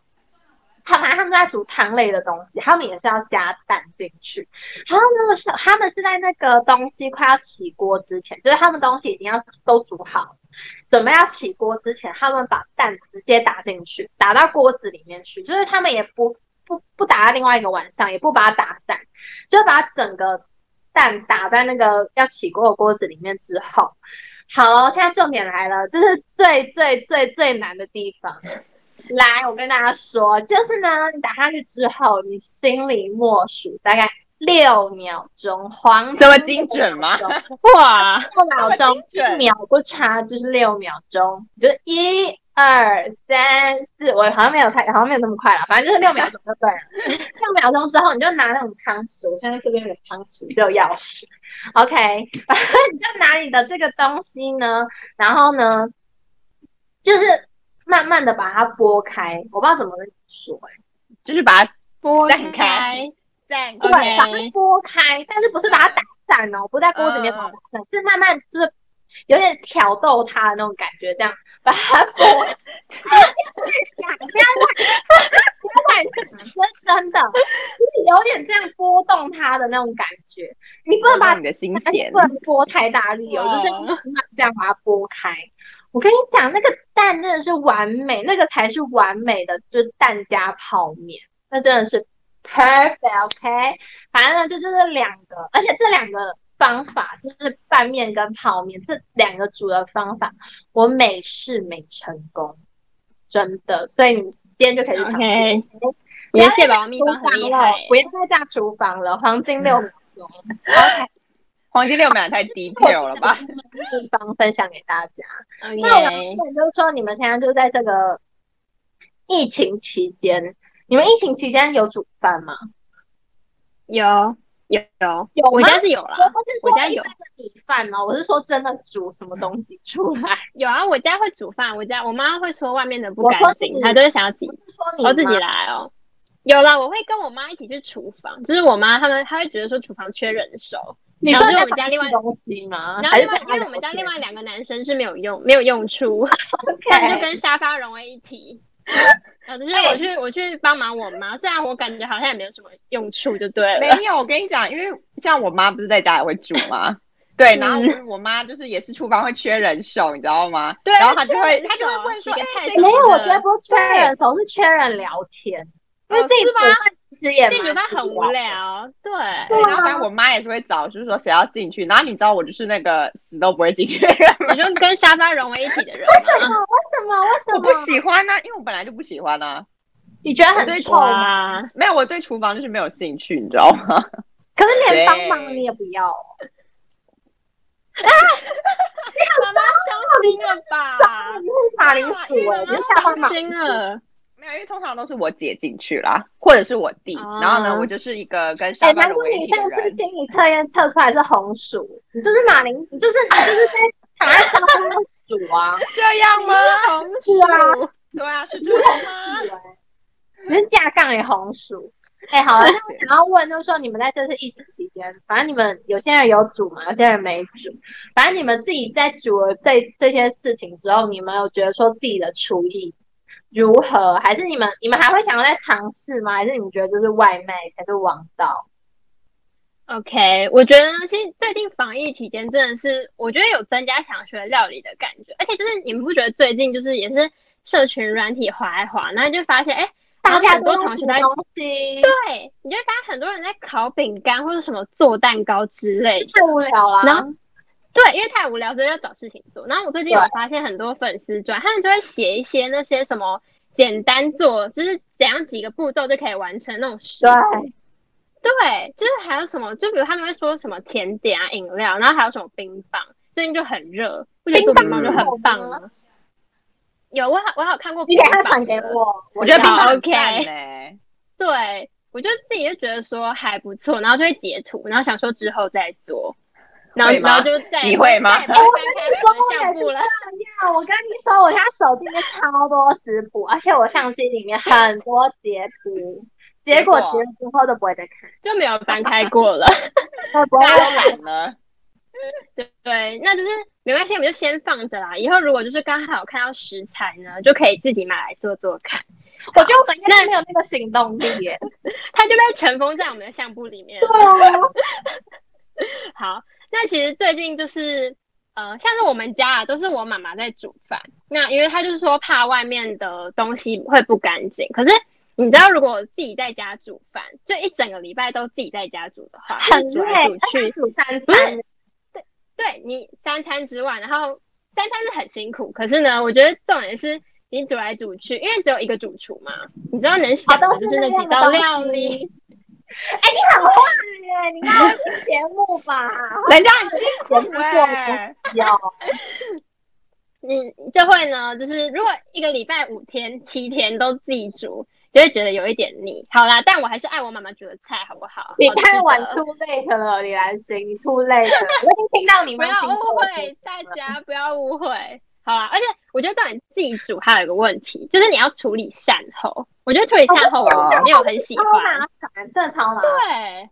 [SPEAKER 1] 他反正他们在煮汤类的东西，他们也是要加蛋进去。然后呢是他们是在那个东西快要起锅之前，就是他们东西已经要都煮好了，准备要起锅之前，他们把蛋直接打进去，打到锅子里面去，就是他们也不。不不打在另外一个碗上，也不把它打散，就把整个蛋打在那个要起锅的锅子里面之后，好了，现在重点来了，这是最最最最难的地 方。来，我跟大家说，就是呢，你打下去之后，你心里默数大概六秒钟，黄
[SPEAKER 2] 这么精准吗
[SPEAKER 1] 金六秒钟
[SPEAKER 3] 哇，
[SPEAKER 1] 六秒
[SPEAKER 2] 这么
[SPEAKER 1] 钟
[SPEAKER 2] 精，准
[SPEAKER 1] 一秒不差就是六秒钟，就是一二三四，我好像没有太，好像没有那么快了，反正就是六秒钟就对了。六秒钟之后，你就拿那种汤匙，我现在这边有汤匙，只有钥匙，OK，反 正你就拿你的这个东西呢，然后呢，就是慢慢的把它拨开，我不知道怎么说、欸，
[SPEAKER 2] 就是把它
[SPEAKER 3] 剥
[SPEAKER 2] 散
[SPEAKER 3] 开
[SPEAKER 2] 开，散
[SPEAKER 1] 对，
[SPEAKER 2] 开，
[SPEAKER 3] OK
[SPEAKER 1] 把它拨开，但是不是把它打散哦，不在锅子里面把它打散，是慢慢就是有点挑逗它的那种感觉，这样把它拨。哎不要乱想，不要乱， 不要乱想，真真的，就是有点这样拨动它的那种感觉，你不能把它
[SPEAKER 2] 你的心
[SPEAKER 1] 但是
[SPEAKER 2] 弦
[SPEAKER 1] 不，能拨太大力哦，
[SPEAKER 3] 哇
[SPEAKER 1] 就是慢慢这样把它拨开。我跟你讲，那个蛋真的是完美，那个才是完美的，就是蛋加泡面，那真的是 perfect OK。反正呢，就就是两个，而且这两个方法就是拌面跟泡面这两个煮的方法，我每试每成功，真的。所以你今天就可以去尝试。
[SPEAKER 3] OK
[SPEAKER 1] 不
[SPEAKER 3] 你
[SPEAKER 1] 要
[SPEAKER 3] 的
[SPEAKER 1] 再
[SPEAKER 3] 蟹堡
[SPEAKER 1] 嫁
[SPEAKER 3] 秘
[SPEAKER 1] 厨
[SPEAKER 3] 方很
[SPEAKER 1] 房
[SPEAKER 3] 厉
[SPEAKER 1] 了
[SPEAKER 3] 害、
[SPEAKER 1] 不要再炸厨房了，黄金 六秒钟。OK，
[SPEAKER 2] 黄金六秒太 detail 了吧？
[SPEAKER 1] 秘方分享给大家。那我们
[SPEAKER 3] OK，
[SPEAKER 1] 就是说，你们现在就在这个疫情期间，你们疫情期间有煮饭吗？
[SPEAKER 3] 有有有，
[SPEAKER 1] 有吗
[SPEAKER 3] 我家是有啦，
[SPEAKER 1] 不是
[SPEAKER 3] 我
[SPEAKER 1] 说
[SPEAKER 3] 家
[SPEAKER 1] 一
[SPEAKER 3] 有
[SPEAKER 1] 般的米饭
[SPEAKER 3] 哦
[SPEAKER 1] 吗？我是说真的煮什么东西出来？
[SPEAKER 3] 有啊，我家会煮饭，我家我妈会说外面的不
[SPEAKER 1] 我
[SPEAKER 3] 干
[SPEAKER 1] 说自
[SPEAKER 3] 净，
[SPEAKER 1] 己
[SPEAKER 3] 她都是想要自己
[SPEAKER 1] 不是说 你
[SPEAKER 3] 哦自己
[SPEAKER 1] 吗
[SPEAKER 3] 来哦。有啦，我会跟我妈一起去厨房，就是我妈他们，她会觉得说厨房缺人手，
[SPEAKER 1] 你
[SPEAKER 3] 然
[SPEAKER 1] 说
[SPEAKER 3] 哦后就
[SPEAKER 1] 在
[SPEAKER 3] 我们家
[SPEAKER 1] 旁边
[SPEAKER 3] 另
[SPEAKER 1] 吃
[SPEAKER 3] 外
[SPEAKER 1] 东西吗？
[SPEAKER 3] 然后
[SPEAKER 1] 啊还是
[SPEAKER 3] 另外
[SPEAKER 1] 在
[SPEAKER 3] 因为
[SPEAKER 1] 旁
[SPEAKER 3] 我们家
[SPEAKER 1] 边
[SPEAKER 3] 另外两个男生是没有用没有用处，他们就
[SPEAKER 1] OK，
[SPEAKER 3] 跟沙发融为一体。 啊，就是我去我去帮忙我妈，虽然我感觉好像也没有什么用处，就 对了。
[SPEAKER 2] 没有，我跟你讲，因为像我妈不是在家也会煮吗？对，然后
[SPEAKER 3] 嗯
[SPEAKER 2] 我妈就是也是厨房会缺人手，你知道吗？
[SPEAKER 3] 对
[SPEAKER 2] 然后她就会
[SPEAKER 3] 缺人
[SPEAKER 2] 她就
[SPEAKER 3] 手
[SPEAKER 2] 会问
[SPEAKER 3] 洗
[SPEAKER 2] 说，
[SPEAKER 3] 个
[SPEAKER 2] 哎
[SPEAKER 3] 菜
[SPEAKER 2] 谁
[SPEAKER 3] 什
[SPEAKER 1] 没
[SPEAKER 3] 么
[SPEAKER 1] 有，
[SPEAKER 3] 的
[SPEAKER 1] 我觉得不是缺人手，是缺人聊天，因为自己
[SPEAKER 2] 是
[SPEAKER 1] 煮
[SPEAKER 2] 吗
[SPEAKER 1] 饭其实也
[SPEAKER 3] 哦自己煮
[SPEAKER 1] 蛮
[SPEAKER 3] 饭很
[SPEAKER 1] 无
[SPEAKER 3] 无
[SPEAKER 1] 聊的。
[SPEAKER 3] 聊，对，
[SPEAKER 2] 对，
[SPEAKER 1] 对啊
[SPEAKER 2] 然后反正我妈也是会找，就是说谁要进去。然后你知道我就是那个死都不会进去的人吗，
[SPEAKER 3] 你就跟沙发融为一体的人
[SPEAKER 1] 为什
[SPEAKER 3] 嘛。
[SPEAKER 1] 么？为什么？为什么？
[SPEAKER 2] 我不喜欢啊呢、因为我本来就不喜欢呢、
[SPEAKER 1] 你觉得很
[SPEAKER 2] 我对
[SPEAKER 1] 臭吗？
[SPEAKER 3] 哇，
[SPEAKER 2] 没有，我对厨房就是没有兴趣，你知道吗？
[SPEAKER 1] 可是连
[SPEAKER 2] 对
[SPEAKER 1] 帮忙你也不要哦。
[SPEAKER 3] 妈妈伤心了 吧？
[SPEAKER 1] 你是马铃薯
[SPEAKER 2] 对
[SPEAKER 1] 哎、
[SPEAKER 3] 妈
[SPEAKER 1] 你
[SPEAKER 3] 妈
[SPEAKER 1] 是下方马
[SPEAKER 3] 伤
[SPEAKER 1] 铃
[SPEAKER 3] 心了。
[SPEAKER 2] 没有，因为通常都是我姐进去啦，或者是我弟。
[SPEAKER 3] 哦
[SPEAKER 2] 然后呢，我就是一个跟
[SPEAKER 1] 哎、
[SPEAKER 2] 沙发
[SPEAKER 1] 难
[SPEAKER 2] 融
[SPEAKER 1] 怪
[SPEAKER 2] 为一
[SPEAKER 1] 你
[SPEAKER 2] 体的
[SPEAKER 1] 上次
[SPEAKER 2] 人。
[SPEAKER 1] 心理测验测出来是红薯，你就是马铃，你就是你就是在躺在沙发 上数啊，
[SPEAKER 2] 是 这样
[SPEAKER 3] 你
[SPEAKER 2] 吗？
[SPEAKER 3] 是红
[SPEAKER 1] 是啊
[SPEAKER 3] 薯，
[SPEAKER 2] 对啊，是这样吗？
[SPEAKER 1] 你是架杠也红薯。哎、好
[SPEAKER 2] 啊
[SPEAKER 1] 了，那我想要问，就是说你们在这次疫情期间，反正你们有些人有煮嘛，有些人没煮，反正你们自己在煮了这这些事情之后，你们有觉得说自己的厨艺如何？还是你们你们还会想要再尝试吗？还是你们觉得就是外卖才是王道？
[SPEAKER 3] OK，我觉得呢，其实最近防疫期间真的是，我觉得有增加想学料理的感觉，而且就是你们不觉得最近就是也是社群软体滑一滑，然后就发现哎，
[SPEAKER 1] 大家
[SPEAKER 3] 很多
[SPEAKER 1] 都
[SPEAKER 3] 同学
[SPEAKER 1] 煮
[SPEAKER 3] 在
[SPEAKER 1] 东西，
[SPEAKER 3] 对，啊你就会发现很多人在烤饼干或者什么做蛋糕之类的。
[SPEAKER 1] 太无聊了。啊
[SPEAKER 3] 然后对，因为太无聊，所以要找事情做。然后我最近有
[SPEAKER 1] 对
[SPEAKER 3] 发现很多粉丝转，他们就会写一些那些什么简单做，就是怎样几个步骤就可以完成那种食谱。
[SPEAKER 1] 对，
[SPEAKER 3] 对，就是还有什么，就比如他们会说什么甜点啊、饮料，然后还有什么冰棒，最近就很热，不觉得做
[SPEAKER 1] 冰
[SPEAKER 3] 冰棒就
[SPEAKER 2] 棒
[SPEAKER 1] 有
[SPEAKER 3] 很棒
[SPEAKER 1] 吗
[SPEAKER 3] 吗？有，我好我好看过
[SPEAKER 1] 你给
[SPEAKER 3] 冰棒
[SPEAKER 1] 他
[SPEAKER 3] 的，
[SPEAKER 1] 传给我，
[SPEAKER 2] 我觉得
[SPEAKER 1] 要
[SPEAKER 2] 冰棒很
[SPEAKER 3] OK
[SPEAKER 2] 赞嘞。
[SPEAKER 3] 对，我就自己就觉得说还不错，然后就会截图，然后想说之后再做，然后
[SPEAKER 2] 会吗
[SPEAKER 3] 然后就再
[SPEAKER 2] 你会吗
[SPEAKER 3] 再也不会翻开我的相簿了。
[SPEAKER 1] 啊我跟你说，我现在手机里面超多食谱，而且我相机里面很多截图，结果
[SPEAKER 2] 结
[SPEAKER 1] 截
[SPEAKER 2] 果
[SPEAKER 1] 了之后都不会再看，
[SPEAKER 3] 就没有翻开过了。
[SPEAKER 1] 都不会再
[SPEAKER 2] 大家都
[SPEAKER 1] 看。
[SPEAKER 2] 懒了，
[SPEAKER 3] 对，那就是没关系，我们就先放着啦。以后如果就是刚好看到食材呢，就可以自己买来做做看。
[SPEAKER 1] 我觉得我们应该是没有那个行动力耶。
[SPEAKER 3] 它就被尘封在我们的相簿里面。
[SPEAKER 1] 啊，
[SPEAKER 3] 好，那其实最近就是呃，像是我们家啊，都是我妈妈在煮饭。那因为她就是说怕外面的东西会不干净，可是你知道，如果我自己在家煮饭，就一整个礼拜都自己在家煮的话，
[SPEAKER 1] 很
[SPEAKER 3] 就是煮来
[SPEAKER 1] 累
[SPEAKER 3] 煮，
[SPEAKER 1] 而且
[SPEAKER 3] 去，
[SPEAKER 1] 煮三
[SPEAKER 3] 不
[SPEAKER 1] 餐
[SPEAKER 3] 是，对你三餐之外，然后三餐是很辛苦，可是呢，我觉得重点是。你煮来煮去，因为只有一个主厨嘛，你知道能想的
[SPEAKER 1] 都
[SPEAKER 3] 就是是那
[SPEAKER 1] 那
[SPEAKER 3] 几
[SPEAKER 1] 样的
[SPEAKER 3] 道
[SPEAKER 1] 东
[SPEAKER 3] 料
[SPEAKER 1] 西
[SPEAKER 3] 理。
[SPEAKER 1] 哎，你很坏耶！你看我听节目 吧，
[SPEAKER 2] 人家很辛苦
[SPEAKER 1] 我不做
[SPEAKER 2] 哎。
[SPEAKER 1] 有
[SPEAKER 3] 你就会呢，就是如果一个礼拜五天、七天都自己煮，就会觉得有一点腻。好啦，但我还是爱我妈妈煮的菜，好不好？
[SPEAKER 1] 你
[SPEAKER 3] 好吃
[SPEAKER 1] 太晚
[SPEAKER 3] 的
[SPEAKER 1] too late 了，李兰心，你 too late 了， 我已经听到你
[SPEAKER 3] 不
[SPEAKER 1] 们
[SPEAKER 3] 要
[SPEAKER 1] 辛
[SPEAKER 3] 误
[SPEAKER 1] 苦的心
[SPEAKER 3] 会大家，不要误会。好啦，而且我觉得重点自己煮还有一个问题，就是你要处理善后。我觉得处理善后
[SPEAKER 2] 哦
[SPEAKER 3] 我没有很喜
[SPEAKER 1] 超
[SPEAKER 3] 欢，
[SPEAKER 1] 麻烦，真的超麻烦。
[SPEAKER 3] 对，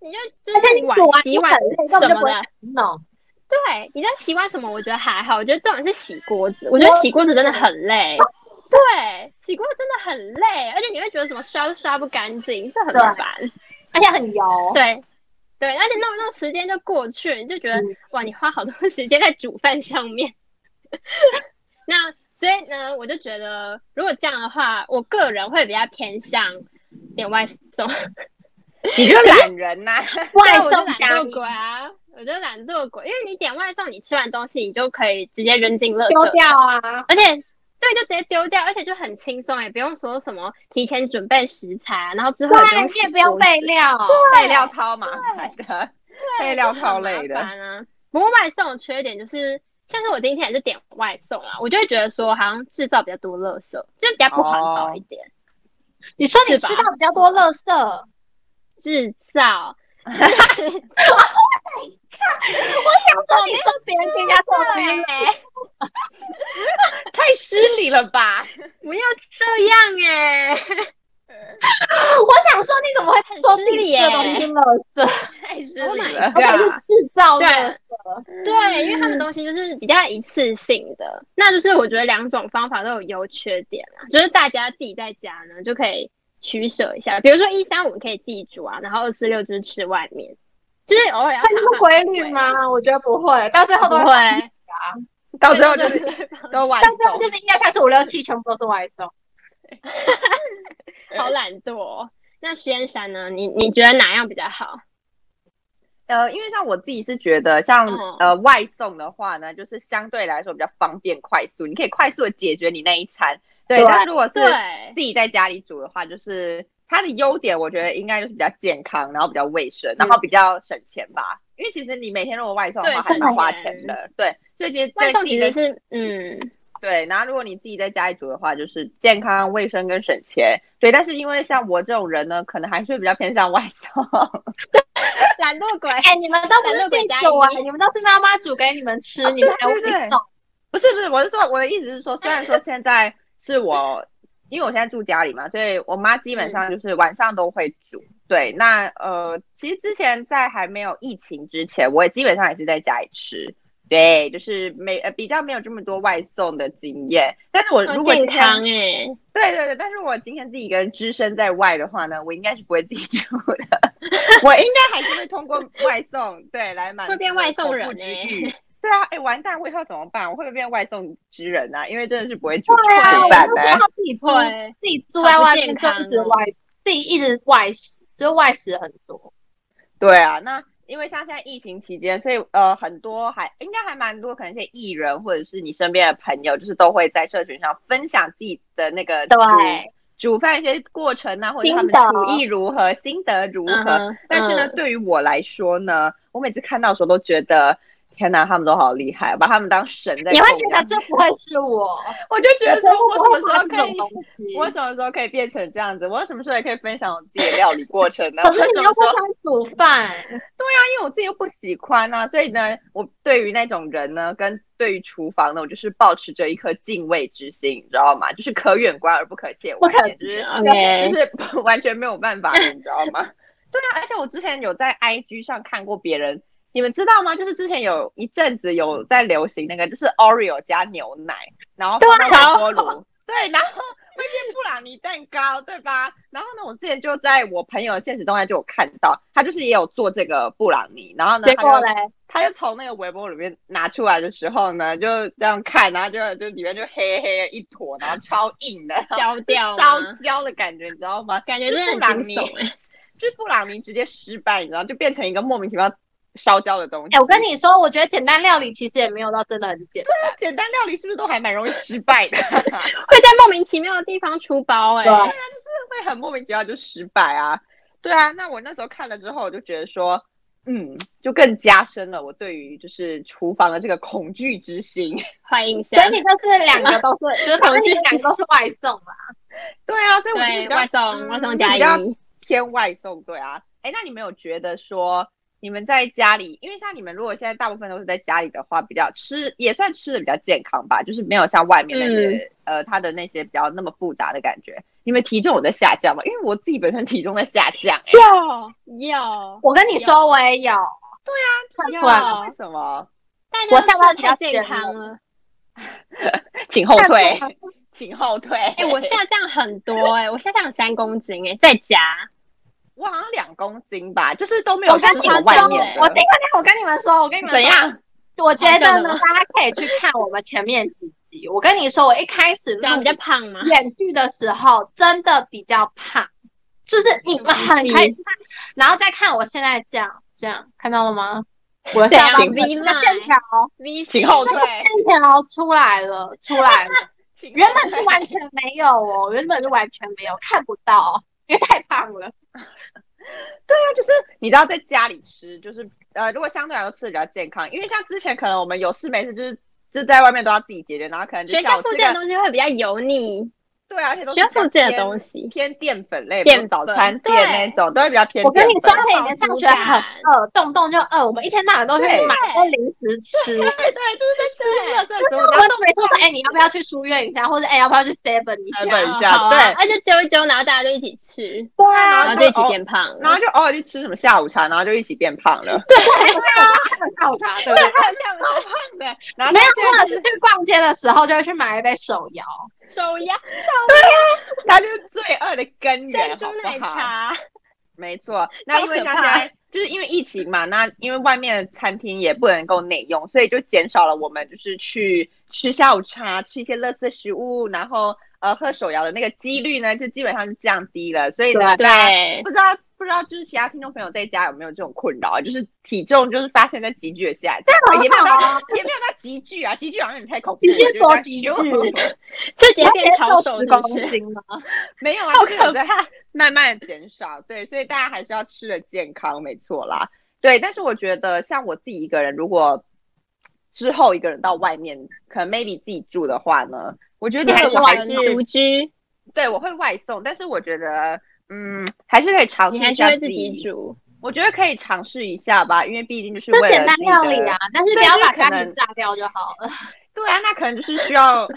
[SPEAKER 3] 你就就
[SPEAKER 1] 而且
[SPEAKER 3] 是
[SPEAKER 1] 你煮完
[SPEAKER 3] 碗洗
[SPEAKER 1] 你
[SPEAKER 3] 碗
[SPEAKER 1] 很累，根
[SPEAKER 3] 什
[SPEAKER 1] 本就
[SPEAKER 3] 么
[SPEAKER 1] 不会
[SPEAKER 3] 的，
[SPEAKER 1] 弄。
[SPEAKER 3] 对，你在洗碗什么？我觉得还好，我觉得重点是洗锅子。我觉得洗锅子真的很累，
[SPEAKER 1] 哦
[SPEAKER 3] 对，洗锅子真的很累，而且你会觉得什么刷都刷不干净，就很
[SPEAKER 1] 对
[SPEAKER 3] 烦。
[SPEAKER 1] 而且很油。
[SPEAKER 3] 对，对，而且弄一弄时间就过去，你就觉得、
[SPEAKER 1] 嗯
[SPEAKER 3] 哇，你花好多时间在煮饭上面。 那所以呢，我就觉得如果这样的话，我个人会比较偏向点外送，
[SPEAKER 2] 你就懒人呐、
[SPEAKER 1] 外
[SPEAKER 3] 对我就
[SPEAKER 1] 送
[SPEAKER 3] 懒
[SPEAKER 1] 加
[SPEAKER 3] 惰鬼啊，我就懒惰鬼，因为你点外送，你吃完东西你就可以直接扔进垃
[SPEAKER 1] 丢
[SPEAKER 3] 圾，
[SPEAKER 1] 掉啊，
[SPEAKER 3] 而且。对，就直接丢掉，而且就很轻松，欸也不用说什么提前准备食材啊，然后之后也不
[SPEAKER 1] 对，
[SPEAKER 3] 用
[SPEAKER 1] 你也
[SPEAKER 3] 洗啊
[SPEAKER 1] 不用
[SPEAKER 3] 锅
[SPEAKER 1] 备料，
[SPEAKER 2] 备料超麻烦的，备料超累
[SPEAKER 3] 就很
[SPEAKER 2] 的。
[SPEAKER 3] 麻烦啊。不过外送的缺点就是，像是我今天也是点外送啊，我就会觉得说好像制造比较多垃圾，就比较不环保一点。
[SPEAKER 1] 你说你
[SPEAKER 3] 是
[SPEAKER 1] 吃
[SPEAKER 3] 吧
[SPEAKER 1] 到比较多垃圾，哦
[SPEAKER 3] 制造，
[SPEAKER 1] 我没说别人家做
[SPEAKER 3] 对
[SPEAKER 1] 没
[SPEAKER 2] 太失礼了吧？
[SPEAKER 3] 不要这样 哎、
[SPEAKER 1] 我想说你怎么会说自
[SPEAKER 3] 很失礼
[SPEAKER 1] 己吃的
[SPEAKER 3] 耶
[SPEAKER 1] 东西是垃圾？
[SPEAKER 2] 太失
[SPEAKER 3] Oh
[SPEAKER 2] 礼
[SPEAKER 3] my
[SPEAKER 2] 了。
[SPEAKER 1] 而且是制造垃圾，
[SPEAKER 3] 对，因为他们东西就是比较一次性的，那就是我觉得两种方法都有优缺点啊，就是大家自己在家呢就可以取舍一下，比如说一三五可以自己煮啊，然后二四六就是吃外面，就是偶尔要
[SPEAKER 1] 那
[SPEAKER 3] 看
[SPEAKER 2] 哎
[SPEAKER 1] 你会规律？吗？我觉得不会，到最后
[SPEAKER 3] 不
[SPEAKER 1] 都会
[SPEAKER 3] 会，
[SPEAKER 2] 到最后就
[SPEAKER 3] 对
[SPEAKER 2] 是
[SPEAKER 3] 对对
[SPEAKER 2] 都外
[SPEAKER 1] 到最后就，
[SPEAKER 2] 送
[SPEAKER 1] 是一二三四五六七全部都是外送。
[SPEAKER 3] 好懒惰、哦。那实验山呢？你你觉得哪样比较好？
[SPEAKER 2] 呃，因为像我自己是觉得像，
[SPEAKER 3] 嗯
[SPEAKER 2] 呃外送的话呢，就是相对来说比较方便快速，你可以快速的解决你那一餐。对，
[SPEAKER 1] 对
[SPEAKER 2] 但如果是
[SPEAKER 3] 对，
[SPEAKER 2] 自己在家里煮的话，就是它的优点，我觉得应该就是比较健康，然后比较卫生，然后比较省钱吧。因为其实你每天如果外送的话，
[SPEAKER 3] 嗯对
[SPEAKER 2] 还蛮花
[SPEAKER 3] 省
[SPEAKER 2] 钱
[SPEAKER 3] 钱
[SPEAKER 2] 的。对，所以其实
[SPEAKER 3] 外
[SPEAKER 2] 在
[SPEAKER 3] 送
[SPEAKER 2] 自己
[SPEAKER 3] 其
[SPEAKER 2] 在
[SPEAKER 3] 实是嗯，
[SPEAKER 2] 对，然后如果你自己在家里煮的话，就是健康、卫生跟省钱。对，但是因为像我这种人呢，可能还是会比较偏向外送。
[SPEAKER 3] 懒惰鬼。
[SPEAKER 1] 哎，你们都不是自己煮啊，你们都是妈妈煮给你们吃，你们还会
[SPEAKER 2] 对对
[SPEAKER 1] 送。
[SPEAKER 2] 不是不是，我是说我的意思是 说，虽然说现在是我，因为我现在住家里嘛，所以我妈基本
[SPEAKER 3] 嗯
[SPEAKER 2] 上就是晚上都会煮。对，那呃，其实之前在还没有疫情之前，我也基本上也是在家里吃。对，就是没呃比较没有这么多外送的经验，但是我
[SPEAKER 3] 哦
[SPEAKER 2] 呃如果今
[SPEAKER 3] 健
[SPEAKER 2] 天、
[SPEAKER 3] 康哎、
[SPEAKER 2] 对对对，但是我今天自己一个人只身在外的话呢，我应该是不会自己煮的， 我应该还是会通过外送对来满足
[SPEAKER 3] 会变外送人
[SPEAKER 2] 我口腹之
[SPEAKER 3] 欸
[SPEAKER 2] 欲对啊，哎、完蛋，我以后怎么办？我会不会变外送之人啊？因为真的是不会煮
[SPEAKER 1] 对啊，
[SPEAKER 2] 煮
[SPEAKER 1] 我
[SPEAKER 2] 饭欸
[SPEAKER 1] 们都
[SPEAKER 2] 的、
[SPEAKER 1] 是要自己做，哎
[SPEAKER 3] 对，
[SPEAKER 1] 自己住在外面
[SPEAKER 3] 好不
[SPEAKER 1] 就一
[SPEAKER 3] 健康哦
[SPEAKER 1] 直外，自己一直外食，就是外食很多。
[SPEAKER 2] 对啊，那因为像现在疫情期间，所以呃，很多还应该还蛮多，可能一些艺人或者是你身边的朋友，就是都会在社群上分享自己的那个煮
[SPEAKER 1] 对
[SPEAKER 2] 煮饭一些过程啊，或者
[SPEAKER 1] 心
[SPEAKER 2] 他们
[SPEAKER 1] 得
[SPEAKER 2] 厨艺如何、心得如何。
[SPEAKER 3] 嗯哼
[SPEAKER 2] 但是呢，
[SPEAKER 3] 嗯
[SPEAKER 2] 对于我来说呢，我每次看到的时候都觉得，天哪，他们都好厉害，把他们当神在
[SPEAKER 1] 你会
[SPEAKER 2] 供
[SPEAKER 1] 觉
[SPEAKER 2] 养
[SPEAKER 1] 得这不会是 我，
[SPEAKER 2] 我就觉得说，我什么时候
[SPEAKER 1] 这
[SPEAKER 2] 可
[SPEAKER 1] 种
[SPEAKER 2] 以
[SPEAKER 1] 东西？
[SPEAKER 2] 我什么时候可以变成这样子？我什么时候也可以分享我自己的料理过程 呢？我
[SPEAKER 1] 可是
[SPEAKER 2] 什
[SPEAKER 1] 你
[SPEAKER 2] 么
[SPEAKER 1] 又
[SPEAKER 2] 时
[SPEAKER 1] 不
[SPEAKER 2] 候？
[SPEAKER 1] 想煮饭，
[SPEAKER 2] 因为我自己又不喜欢啊，所以呢，我对于那种人呢，跟对于厨房呢，我就是保持着一颗敬畏之心，你知道吗？就是可远观而不可亵
[SPEAKER 1] 不
[SPEAKER 2] 玩
[SPEAKER 1] 可，啊
[SPEAKER 2] 简直
[SPEAKER 3] OK
[SPEAKER 2] 就是 完全没有办法的，你知道吗？ 对啊，而且我之前有在 IG 上看过别人，你们知道吗？就是之前有一阵子有在流行那个，就是 Oreo 加牛奶，然后
[SPEAKER 1] 对啊
[SPEAKER 2] 放到微波炉，对，然后会变布朗尼蛋糕，对吧？然后呢，我之前就在我朋友的现实动态就有看到，他就是也有做这个布朗尼，然后呢，
[SPEAKER 1] 结
[SPEAKER 2] 他
[SPEAKER 1] 果
[SPEAKER 2] 就
[SPEAKER 1] 嘞，
[SPEAKER 2] 他就从那个微波炉里面拿出来的时候呢，就这样看，然后就就里面就黑黑的一坨，然后超 硬的，
[SPEAKER 3] 焦掉
[SPEAKER 2] 烧
[SPEAKER 3] 吗
[SPEAKER 2] 焦的感觉，你知道吗？
[SPEAKER 3] 感觉
[SPEAKER 2] 就
[SPEAKER 3] 真
[SPEAKER 2] 布
[SPEAKER 3] 的
[SPEAKER 2] 朗
[SPEAKER 3] 很
[SPEAKER 2] 尼
[SPEAKER 3] 惊悚哎、
[SPEAKER 2] 就是布朗尼直接失败，你知道，就变成一个莫名其妙烧焦的东西。
[SPEAKER 1] 哎、我跟你说，我觉得简单料理其实也没有到真的很简单。
[SPEAKER 2] 简单料理是不是都还蛮容易失败的？
[SPEAKER 3] 会在莫名其妙的地方出包哎、
[SPEAKER 2] 啊
[SPEAKER 1] 对
[SPEAKER 2] 会很莫名其妙就失败啊。对啊，那我那时候看了之后，我就觉得说，嗯，就更加深了我对于就是厨房的这个恐惧之心。
[SPEAKER 3] 坏印象
[SPEAKER 1] 所。以你就是两个都 是，就是反正啊你们两个都是外送嘛。
[SPEAKER 2] 对啊，所以我就比
[SPEAKER 3] 对，
[SPEAKER 2] 较
[SPEAKER 3] 外送
[SPEAKER 2] 嗯
[SPEAKER 3] 外送
[SPEAKER 2] 就
[SPEAKER 3] 加
[SPEAKER 2] 比较
[SPEAKER 3] 一，
[SPEAKER 2] 偏外送。对啊，哎，那你们有觉得说你们在家里，因为像你们如果现在大部分都是在家里的话，比较吃也算吃的比较健康吧，就是没有像外面那
[SPEAKER 3] 嗯
[SPEAKER 2] 些、呃它的那些比较那么复杂的感觉。你们体重有在下降吗？因为我自己本身体重在下降、哎，
[SPEAKER 3] 有有，
[SPEAKER 1] 我跟你说，我也有，
[SPEAKER 3] 有
[SPEAKER 1] 啊突然
[SPEAKER 3] 哦
[SPEAKER 1] 了
[SPEAKER 2] 为什么？
[SPEAKER 3] 大
[SPEAKER 1] 我
[SPEAKER 3] 家
[SPEAKER 1] 下班
[SPEAKER 3] 吃
[SPEAKER 1] 比
[SPEAKER 3] 太
[SPEAKER 1] 较
[SPEAKER 3] 健
[SPEAKER 1] 闲
[SPEAKER 3] 康了。
[SPEAKER 2] 请后退，
[SPEAKER 1] 但是
[SPEAKER 2] 请后退。
[SPEAKER 3] 哎、我下降很多哎、我下降三公斤哎、在家。
[SPEAKER 2] 我好像两公斤吧，就是都没有
[SPEAKER 1] 我
[SPEAKER 2] 吃
[SPEAKER 3] 哦
[SPEAKER 1] 跟你
[SPEAKER 2] 什么
[SPEAKER 1] 们
[SPEAKER 2] 外
[SPEAKER 1] 说，
[SPEAKER 2] 面
[SPEAKER 1] 我
[SPEAKER 2] 的
[SPEAKER 1] 等一。下，我跟你们说，我跟你们说
[SPEAKER 2] 怎？样？
[SPEAKER 1] 我觉
[SPEAKER 3] 好笑
[SPEAKER 1] 得
[SPEAKER 3] 的
[SPEAKER 1] 呢，
[SPEAKER 3] 吗
[SPEAKER 1] 大家可以去看我们前面几集。我跟你说，我一开始录
[SPEAKER 3] 长得比较胖吗？
[SPEAKER 1] 远距的时候真的比较胖，就是你们很可以看，然后再看我现在这样这样，看到了吗？我的
[SPEAKER 3] 怎
[SPEAKER 1] 下
[SPEAKER 3] 样
[SPEAKER 1] 巴
[SPEAKER 2] 请
[SPEAKER 1] 这个
[SPEAKER 3] V
[SPEAKER 1] 线
[SPEAKER 3] 麦
[SPEAKER 1] 条，
[SPEAKER 3] V 型
[SPEAKER 2] 请后退，
[SPEAKER 1] 线条出来了，出来了。
[SPEAKER 2] 请
[SPEAKER 1] 原
[SPEAKER 2] 后
[SPEAKER 1] 本是
[SPEAKER 2] 退
[SPEAKER 1] 完全没有哦，原本是完全没有看不到，因为太胖了。
[SPEAKER 2] 就是你知道在家里吃，就是呃，如果相对来说吃的比较健康，因为像之前可能我们有事没事就是就在外面都要自己解决，然后可能就
[SPEAKER 3] 学
[SPEAKER 2] 下
[SPEAKER 3] 校
[SPEAKER 2] 午
[SPEAKER 3] 附
[SPEAKER 2] 吃
[SPEAKER 3] 近的
[SPEAKER 2] 个
[SPEAKER 3] 东西会比较油腻，
[SPEAKER 2] 对啊，而且都
[SPEAKER 3] 学
[SPEAKER 2] 是
[SPEAKER 3] 校
[SPEAKER 2] 比较
[SPEAKER 3] 附近的
[SPEAKER 2] 偏
[SPEAKER 3] 东西。
[SPEAKER 2] 偏淀粉类，
[SPEAKER 3] 淀
[SPEAKER 2] 不是早
[SPEAKER 3] 粉
[SPEAKER 2] 餐店
[SPEAKER 3] 对
[SPEAKER 2] 那种都会比较偏淀粉。
[SPEAKER 1] 我跟你说，而且以
[SPEAKER 3] 饱
[SPEAKER 1] 前
[SPEAKER 3] 足
[SPEAKER 1] 上学很
[SPEAKER 3] 感
[SPEAKER 1] 饿，动不动就饿，我们一天到晚都去
[SPEAKER 2] 对
[SPEAKER 1] 买那些零食吃。
[SPEAKER 2] 对对，就是在吃热的时候，
[SPEAKER 1] 我
[SPEAKER 2] 然后
[SPEAKER 1] 们都没说说，哎、你要不要去书院一下，或者哎、要不要去 Seven 一下？
[SPEAKER 2] Seven 等一下
[SPEAKER 3] 哦好啊
[SPEAKER 2] 对
[SPEAKER 3] 那就揪一揪，然后大家就一起吃，
[SPEAKER 2] 对啊，
[SPEAKER 3] 然
[SPEAKER 2] 然
[SPEAKER 3] 后
[SPEAKER 2] 后
[SPEAKER 3] 就一起
[SPEAKER 2] 偶
[SPEAKER 3] 变胖。
[SPEAKER 2] 然后就偶尔去吃什么下午茶，然后就一起变胖了。
[SPEAKER 1] 对，下午茶对不对？
[SPEAKER 3] 下午
[SPEAKER 2] 对，然后
[SPEAKER 1] 没有，
[SPEAKER 2] 啊他
[SPEAKER 1] 或者
[SPEAKER 2] 现
[SPEAKER 3] 啊
[SPEAKER 2] 在
[SPEAKER 1] 是去逛街的时候就会去买一杯手摇，
[SPEAKER 3] 手压
[SPEAKER 2] 他就是罪恶的根源，
[SPEAKER 3] 珍
[SPEAKER 2] 好
[SPEAKER 3] 珠
[SPEAKER 2] 不
[SPEAKER 3] 奶
[SPEAKER 2] 好？
[SPEAKER 3] 茶，
[SPEAKER 2] 没错，那因为像现
[SPEAKER 3] 超可怕
[SPEAKER 2] 在就是因为疫情嘛，那因为外面的餐厅也不能够内用，所以就减少了我们就是去吃下午茶、吃一些垃圾食物，然后呃喝手摇的那个几率呢，就基本上是降低了。所以呢，大家
[SPEAKER 3] 对，
[SPEAKER 2] 不知道不知道就是其他听众朋友在家有没有这种困扰啊，就是体重就是发现在急剧的下降，也没有到也没有到急剧啊，急剧好像有点太恐怖了，
[SPEAKER 1] 急剧
[SPEAKER 2] 就是这样
[SPEAKER 1] 多急
[SPEAKER 2] 咻
[SPEAKER 3] 就直接
[SPEAKER 1] 我
[SPEAKER 3] 变
[SPEAKER 1] 也
[SPEAKER 3] 超
[SPEAKER 1] 瘦
[SPEAKER 3] 瘦，
[SPEAKER 1] 十
[SPEAKER 3] 是
[SPEAKER 1] 公
[SPEAKER 3] 不是？
[SPEAKER 1] 斤吗？
[SPEAKER 2] 没有啊，
[SPEAKER 3] 好
[SPEAKER 2] 就是有
[SPEAKER 3] 可
[SPEAKER 2] 在
[SPEAKER 3] 怕！
[SPEAKER 2] 慢慢减少，对，所以大家还是要吃的健康，没错啦，对。但是我觉得，像我自己一个人，如果之后一个人到外面，可能 maybe 自己住的话呢，我觉得还是我还是
[SPEAKER 3] 独居，
[SPEAKER 2] 对我会外送，但是我觉得，嗯，还是可以尝
[SPEAKER 3] 你
[SPEAKER 2] 试
[SPEAKER 3] 还
[SPEAKER 2] 一
[SPEAKER 3] 是
[SPEAKER 2] 下
[SPEAKER 3] 会自己煮，
[SPEAKER 2] 我觉得可以尝试一下吧，因为毕竟就 是
[SPEAKER 1] 就
[SPEAKER 2] 为
[SPEAKER 1] 简
[SPEAKER 2] 了
[SPEAKER 1] 单
[SPEAKER 2] 自己
[SPEAKER 1] 料
[SPEAKER 2] 的
[SPEAKER 1] 理啊，但是不
[SPEAKER 2] 对
[SPEAKER 1] 要
[SPEAKER 2] 就是
[SPEAKER 1] 把
[SPEAKER 2] 可
[SPEAKER 1] 开
[SPEAKER 2] 能
[SPEAKER 1] 瓶炸掉就好了。
[SPEAKER 2] 对啊，那可能就是需要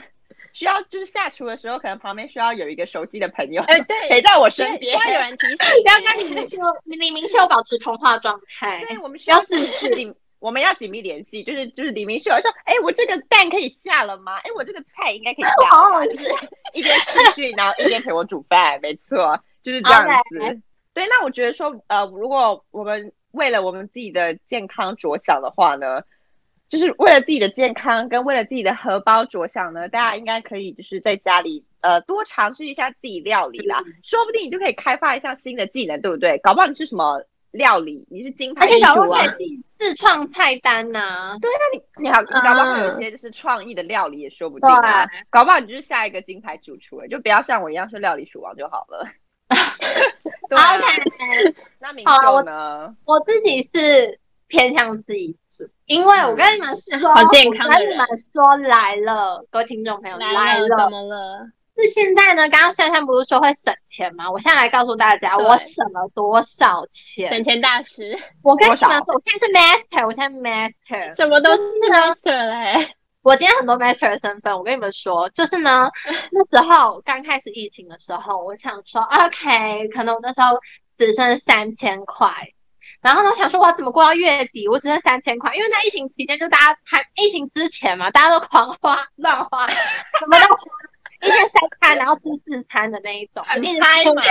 [SPEAKER 2] 需要就是下厨的时候，可能旁边需要有一个熟悉的朋友
[SPEAKER 3] 哎，对，
[SPEAKER 2] 陪在我
[SPEAKER 3] 需要
[SPEAKER 2] 身边
[SPEAKER 3] 需。要有人提醒，
[SPEAKER 1] 不要跟李明秀、李明秀保持通话状态。
[SPEAKER 2] 对，我们需
[SPEAKER 1] 要
[SPEAKER 2] 要
[SPEAKER 1] 试试
[SPEAKER 2] 紧，我们要紧密联系，就是就是李明秀说，哎、我这个蛋可以下了吗？哎、我这个菜应该可以下
[SPEAKER 1] 好
[SPEAKER 2] 了
[SPEAKER 1] 好
[SPEAKER 2] 吧，就是一边试训，然后一边陪我煮饭，没错，就是这样子。对，那我觉得说，呃，如果我们为了我们自己的健康着想的话呢，就是为了自己的健康跟为了自己的荷包着想呢，大家应该可以就是在家里。呃，多尝试一下自己料理啦，
[SPEAKER 1] 嗯
[SPEAKER 2] 说不定你就可以开发一项新的技能，对不对？搞不好你是什么料理，你是金牌
[SPEAKER 1] 而且
[SPEAKER 2] 艺
[SPEAKER 1] 小鹿
[SPEAKER 2] 术
[SPEAKER 1] 可
[SPEAKER 2] 啊
[SPEAKER 1] 以，自己自创菜单呐、
[SPEAKER 2] 你好，你搞不好会有一
[SPEAKER 3] 嗯
[SPEAKER 2] 些就是创意的料理也说不定啊，搞不好你就是下一个金牌主厨，就不要像我一样是料理鼠王就好了。对 啊
[SPEAKER 1] OK，
[SPEAKER 2] 那明
[SPEAKER 1] 好啊
[SPEAKER 2] 秀
[SPEAKER 1] 我
[SPEAKER 2] 呢？
[SPEAKER 1] 我自己是偏向自己煮，因为我跟你们说，
[SPEAKER 3] 好健康
[SPEAKER 1] 我
[SPEAKER 3] 的
[SPEAKER 1] 跟你
[SPEAKER 3] 人
[SPEAKER 1] 们说来了，各位听众朋友
[SPEAKER 3] 来了，
[SPEAKER 1] 了
[SPEAKER 3] 怎，么了？
[SPEAKER 1] 是现在呢？刚刚珊珊不是说会省钱吗？我现在来告诉大家，
[SPEAKER 3] 对
[SPEAKER 1] 我省了多少钱。
[SPEAKER 3] 省钱大师，
[SPEAKER 1] 我跟你们
[SPEAKER 2] 多少
[SPEAKER 1] 说，我现在是 master，我现在 master，
[SPEAKER 3] 什么都是
[SPEAKER 1] 真的
[SPEAKER 3] master 嘞，
[SPEAKER 1] 我今天很多 master 的身份，我跟你们说，就是 呢，那时候刚开始疫情的时候，我想说，OK，可能我那时候只剩三千块，然后呢，我想说我要怎么过到月底，我只剩三千块，因为在疫情期间，就大家还疫情之前嘛，大家都狂花乱花，什么都 花，一天三餐，然后吃四餐的那一种，就一直
[SPEAKER 2] 嗨嘛，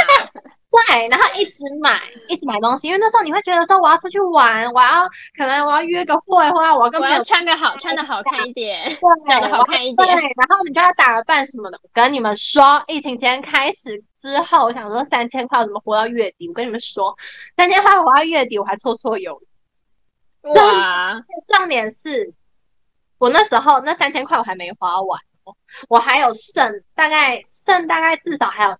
[SPEAKER 1] 对，然后一直买，一直买东西，因为那时候你会觉得说我要出去玩，我要可能我要约个会，或者我要跟
[SPEAKER 3] 我
[SPEAKER 1] 朋
[SPEAKER 3] 要
[SPEAKER 1] 友
[SPEAKER 3] 穿个好，穿的好看一点，
[SPEAKER 1] 对，
[SPEAKER 3] 长得好看一
[SPEAKER 1] 对，
[SPEAKER 3] 点，
[SPEAKER 1] 然后你就要打扮什么的。我跟你们说，疫情前开始之后，我想说三千块怎么活到月底？我跟你们说，三千块活到月底，我还绰绰有余。
[SPEAKER 3] 哇，
[SPEAKER 1] 重点是，我那时候那三千块我还没花完哦，我还有剩大概剩大概至少还有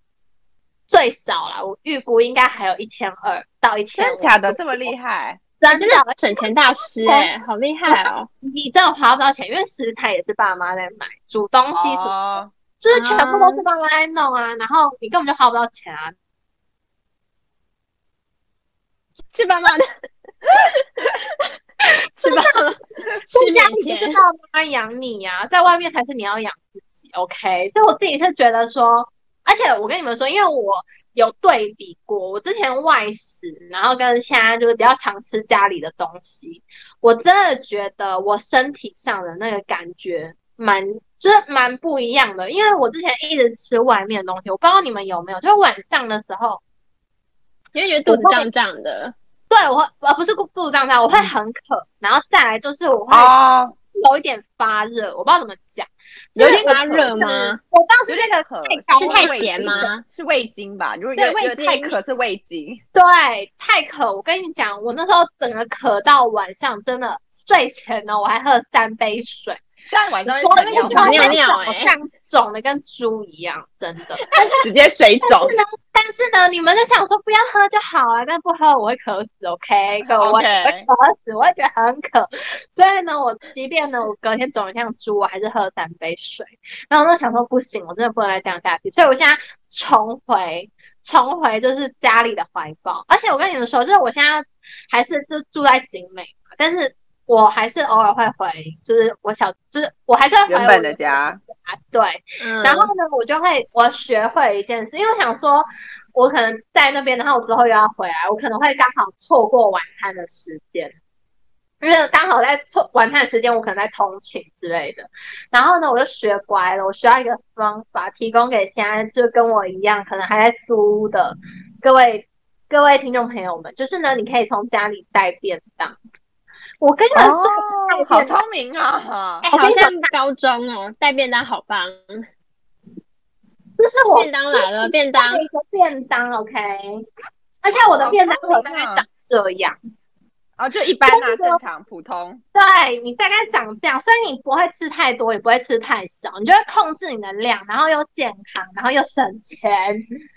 [SPEAKER 1] 最少啦，我预估应该还有一千二到一千
[SPEAKER 2] 真
[SPEAKER 1] 五。
[SPEAKER 2] 的假的这么厉害？
[SPEAKER 1] 真
[SPEAKER 3] 真
[SPEAKER 1] 的
[SPEAKER 3] 的，省钱大师哎，好厉害哦！
[SPEAKER 1] 啊你真的花不到钱，因为食材也是爸妈在买，煮东西什么的。
[SPEAKER 2] 哦，
[SPEAKER 1] 就是全部都是爸妈在弄啊，然后你根本就花不到钱啊。
[SPEAKER 3] 是爸妈的，是爸妈，
[SPEAKER 1] 在
[SPEAKER 3] 是
[SPEAKER 1] 家
[SPEAKER 3] 面
[SPEAKER 1] 里就是
[SPEAKER 3] 前
[SPEAKER 1] 爸妈养你呀、啊，在外面才是你要养自己。OK，所以我自己是觉得说，而且我跟你们说，因为我有对比过，我之前外食，然后跟现在就是比较常吃家里的东西，我真的觉得我身体上的那个感觉蛮。就是蛮不一样的，因为我之前一直吃外面的东西，我不知道你们有没有，就是晚上的时候，
[SPEAKER 3] 你会觉得肚子胀胀的，
[SPEAKER 1] 对我会呃不是故故障它，我会
[SPEAKER 3] 嗯
[SPEAKER 1] 很渴，然后再来就是我会
[SPEAKER 2] 哦，
[SPEAKER 1] 有一点发热，我不知道怎么讲，
[SPEAKER 3] 有
[SPEAKER 1] 就是
[SPEAKER 3] 点发热吗？
[SPEAKER 1] 我当时
[SPEAKER 2] 有
[SPEAKER 1] 那
[SPEAKER 2] 点
[SPEAKER 1] 个
[SPEAKER 2] 渴，
[SPEAKER 1] 高
[SPEAKER 3] 是
[SPEAKER 1] 我
[SPEAKER 3] 太
[SPEAKER 1] 味
[SPEAKER 3] 咸吗？
[SPEAKER 2] 是味精吧？如果
[SPEAKER 3] 对
[SPEAKER 2] 有
[SPEAKER 3] 味
[SPEAKER 2] 有太
[SPEAKER 3] 精
[SPEAKER 2] 渴是味精，
[SPEAKER 1] 对太渴，我跟你讲，我那时候整个渴到晚上，真的睡前呢我还喝了三杯水，
[SPEAKER 2] 这样晚上会
[SPEAKER 1] 我
[SPEAKER 2] 怎
[SPEAKER 1] 那个
[SPEAKER 2] 样
[SPEAKER 1] 地方
[SPEAKER 3] 哎尿
[SPEAKER 1] 跟
[SPEAKER 3] 尿
[SPEAKER 1] 肿
[SPEAKER 3] 欸
[SPEAKER 1] 胀肿的跟猪一样，真的。
[SPEAKER 2] 直接水 肿
[SPEAKER 1] 是。呢，但是呢，你们就想说不要喝就好啊，但不喝我会渴死，OK，各位
[SPEAKER 2] OK
[SPEAKER 1] 我会渴死，我会觉得很渴。所以呢，我即便呢我隔天肿得像猪，我还是喝了三杯水。然后我就想说不行，我真的不能再这样下去，所以我现在重回重回就是家里的怀抱。而且我跟你们说，就是我现在还是就住在景美嘛，但是我还是偶尔会回，就是我小，就是我还是会回
[SPEAKER 2] 原
[SPEAKER 1] 我
[SPEAKER 2] 本的家，
[SPEAKER 1] 家，对。
[SPEAKER 3] 嗯，
[SPEAKER 1] 然后呢，我就会我学会一件事，因为我想说，我可能在那边，然后我之后又要回来，我可能会刚好错过晚餐的时间，因为刚好在错晚餐的时间，我可能在通勤之类的。然后呢，我就学乖了，我需要一个方法提供给现在就跟我一样，可能还在租屋的各位各位听众朋友们，就是呢，你可以从家里带便当。我跟你们说，
[SPEAKER 2] 哦，好聪明 啊！
[SPEAKER 3] 哎，
[SPEAKER 1] 我跟
[SPEAKER 3] 好
[SPEAKER 1] 你
[SPEAKER 3] 像高中哦，带便当好棒，
[SPEAKER 1] 这是我
[SPEAKER 3] 便当来了，便当
[SPEAKER 1] 带一个便当，OK。而且我的便当盒大概长这样，
[SPEAKER 2] 哦，就一般
[SPEAKER 1] 就
[SPEAKER 2] 啊，
[SPEAKER 1] 是
[SPEAKER 2] 正常普通。
[SPEAKER 1] 对你大概长这样，所以你不会吃太多，也不会吃太少，你就会控制你的量，然后又健康，然后又省钱。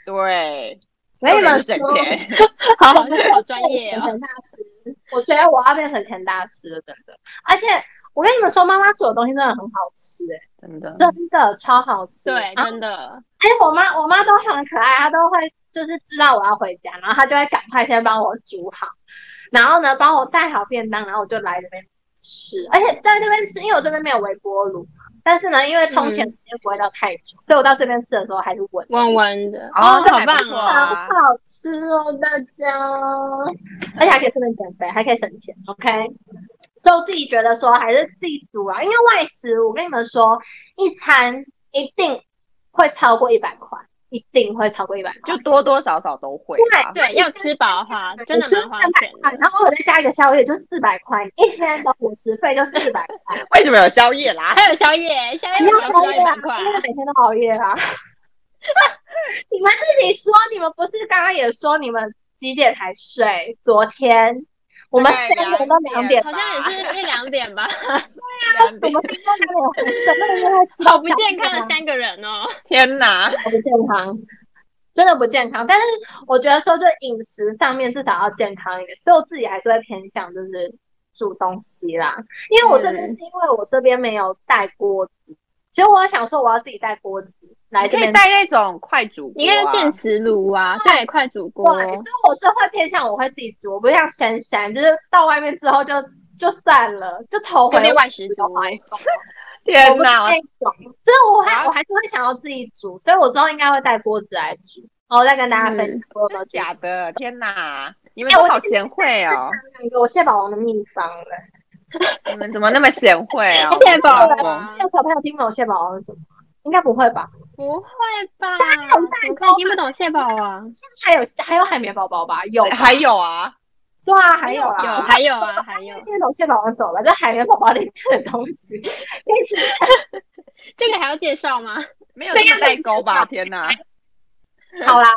[SPEAKER 2] 对，
[SPEAKER 1] 我跟你们
[SPEAKER 2] 重点是省
[SPEAKER 1] 说，
[SPEAKER 2] 钱。
[SPEAKER 1] 好
[SPEAKER 3] 好好专业哦
[SPEAKER 1] 省 钱大师，我觉得我要变省钱大师了，真的。而且我跟你们说，妈妈煮的东西真的很好吃、欸，
[SPEAKER 2] 真的
[SPEAKER 1] 真的超好吃。
[SPEAKER 3] 对，
[SPEAKER 1] 然后
[SPEAKER 3] 真的，
[SPEAKER 1] 哎，我妈我妈都很可爱，她都会就是知道我要回家，然后她就会赶快先帮我煮好，然后呢帮我带好便当，然后我就来这边吃。而且在这边吃，因为我这边没有微波炉嘛，但是呢，因为通勤时间不会到太久，所以我到这边吃的时候还是温的。
[SPEAKER 3] 温温的，
[SPEAKER 2] 哦这
[SPEAKER 3] 好
[SPEAKER 2] 还不
[SPEAKER 3] 棒
[SPEAKER 2] 错
[SPEAKER 1] 好
[SPEAKER 3] 哦，
[SPEAKER 2] 啊
[SPEAKER 1] 好吃哦，大家！ 而且还可以顺便减肥，还可以省钱，OK。所以我自己觉得说还是自己煮啊，因为外食，我跟你们说，一餐一定会超过一百块，一定会超过一百块
[SPEAKER 2] 就。多多少少都会啊吧。
[SPEAKER 3] 对，要吃饱的话，真的蛮花钱
[SPEAKER 1] 啊，
[SPEAKER 3] 的。
[SPEAKER 1] 然后我再加一个宵夜，就四百块，一天的伙食费就四百块。
[SPEAKER 2] 为什么有宵夜啦？
[SPEAKER 3] 还有宵夜，
[SPEAKER 2] 哎
[SPEAKER 3] 宵夜
[SPEAKER 1] 你
[SPEAKER 3] 为
[SPEAKER 1] 要
[SPEAKER 3] 什么
[SPEAKER 1] 熬
[SPEAKER 3] 要
[SPEAKER 1] 夜
[SPEAKER 3] 吃到
[SPEAKER 1] 啊
[SPEAKER 3] 一百块啊？
[SPEAKER 1] 因为每天都熬夜 啊。你们自己说，你们不是刚刚也说你们几点才睡？昨天我们
[SPEAKER 2] 大概
[SPEAKER 1] 三点到两
[SPEAKER 2] 两
[SPEAKER 1] 点
[SPEAKER 2] 点
[SPEAKER 1] 吧，
[SPEAKER 3] 好像也是一两点吧，啊
[SPEAKER 1] 我们三点到两点很睡，那应该吃
[SPEAKER 3] 好
[SPEAKER 1] 到
[SPEAKER 3] 不
[SPEAKER 1] 下午
[SPEAKER 3] 健康
[SPEAKER 1] 吧
[SPEAKER 2] 啊
[SPEAKER 3] 的三个人哦。
[SPEAKER 2] 天哪！
[SPEAKER 1] 不健康，真的不健康。但是我觉得说，就饮食上面至少要健康一点，所以我自己还是会偏向就是煮东西啦。因为我这边
[SPEAKER 3] 嗯
[SPEAKER 1] 是因为我这边没有带锅子，其实我想说我要自己带锅子来
[SPEAKER 2] 你
[SPEAKER 1] 这
[SPEAKER 2] 可以
[SPEAKER 1] 边。
[SPEAKER 2] 带那种快煮锅、啊，
[SPEAKER 3] 你看电磁炉啊，对，快煮
[SPEAKER 1] 对，
[SPEAKER 3] 锅
[SPEAKER 1] 所，以我是会偏向我会自己煮，我不像珊珊，就是到外面之后就就散了，就头回
[SPEAKER 3] 这边外食
[SPEAKER 1] 就
[SPEAKER 3] 族
[SPEAKER 1] 怀疑
[SPEAKER 2] 天
[SPEAKER 1] 我不
[SPEAKER 2] 哪！我
[SPEAKER 1] 是那种，就是我还
[SPEAKER 2] 啊
[SPEAKER 1] 我还是会想要自己煮，所以我之后应该会带锅子来煮，然后再跟大家分享我有没有煮
[SPEAKER 2] 嗯假的，天哪！你们
[SPEAKER 1] 哎
[SPEAKER 2] 都
[SPEAKER 1] 我
[SPEAKER 2] 好贤惠 哦，
[SPEAKER 1] 两个我蟹堡王的秘方了。
[SPEAKER 2] 你们怎么那么贤惠 啊？
[SPEAKER 3] 蟹堡
[SPEAKER 2] 我不懂
[SPEAKER 3] 王
[SPEAKER 1] 有小朋友听不懂蟹堡王是什么？应该不会吧？
[SPEAKER 3] 不会吧？
[SPEAKER 1] 这边有蛋
[SPEAKER 3] 怎么可以听不懂蟹堡王？
[SPEAKER 1] 还有还有海绵宝宝吧？有吧
[SPEAKER 2] 还有啊，
[SPEAKER 1] 对啊，还有
[SPEAKER 2] 有
[SPEAKER 1] 啦。
[SPEAKER 2] 啊
[SPEAKER 3] 还有啊，还有
[SPEAKER 1] 听得懂蟹堡王什么吧？这海绵宝宝里面的东西，可以 去
[SPEAKER 3] 这个还要介绍吗？
[SPEAKER 2] 没有这么代沟吧？天哪！
[SPEAKER 1] 好啦，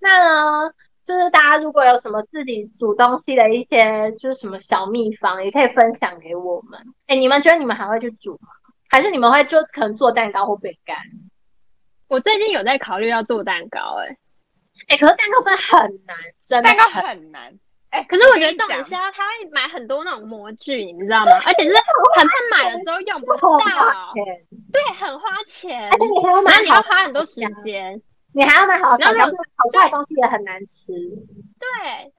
[SPEAKER 1] 那呢，就是大家如果有什么自己煮东西的一些，就是什么小秘方，也可以分享给我们。哎、你们觉得你们还会去煮吗？还是你们会就可能做蛋糕或饼干？
[SPEAKER 3] 我最近有在考虑要做蛋糕，哎，
[SPEAKER 1] 哎、可是蛋糕真的很难，真的
[SPEAKER 2] 蛋糕
[SPEAKER 1] 很
[SPEAKER 2] 很 难，哎、
[SPEAKER 3] 可是我觉得
[SPEAKER 2] 跟你
[SPEAKER 3] 重点
[SPEAKER 2] 讲
[SPEAKER 3] 是要他会买很多那种模具，你知道吗？而且就是很怕买了之后用不
[SPEAKER 1] 好
[SPEAKER 3] 到，
[SPEAKER 1] 钱，
[SPEAKER 3] 对，很花钱
[SPEAKER 1] 而，且你还要买
[SPEAKER 3] 然后你要
[SPEAKER 1] 好，
[SPEAKER 3] 花很多时间。
[SPEAKER 1] 你还要买好
[SPEAKER 3] 然
[SPEAKER 1] 烤箱，
[SPEAKER 3] 后如
[SPEAKER 1] 烤出来的东西也很难吃。
[SPEAKER 3] 对，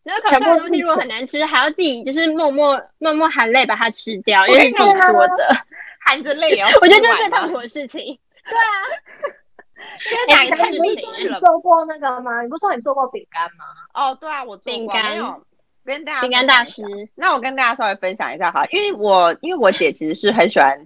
[SPEAKER 3] 然后烤出来的东西如果很难吃，还要自己就是默默默默含泪把它吃掉，因为是自己说的。
[SPEAKER 2] 含着泪也要吃
[SPEAKER 3] 我觉得这是
[SPEAKER 2] 完
[SPEAKER 3] 最
[SPEAKER 2] 吧
[SPEAKER 3] 痛苦的事情。
[SPEAKER 2] 因为
[SPEAKER 3] 哎
[SPEAKER 2] 哪
[SPEAKER 3] 你
[SPEAKER 2] 一天
[SPEAKER 3] 看
[SPEAKER 1] 你不是
[SPEAKER 2] 你
[SPEAKER 3] 自
[SPEAKER 2] 自
[SPEAKER 1] 说
[SPEAKER 3] 己
[SPEAKER 2] 己
[SPEAKER 1] 你
[SPEAKER 2] 了？
[SPEAKER 1] 做过那个吗？你不是说你做过饼干吗？
[SPEAKER 2] 哦，对啊，我做
[SPEAKER 3] 饼
[SPEAKER 2] 过，
[SPEAKER 3] 干
[SPEAKER 2] 没有跟大家
[SPEAKER 3] 饼干大
[SPEAKER 2] 分享
[SPEAKER 3] 师，
[SPEAKER 2] 那我跟大家稍微分享一下哈，因为我因为我姐其实是很喜欢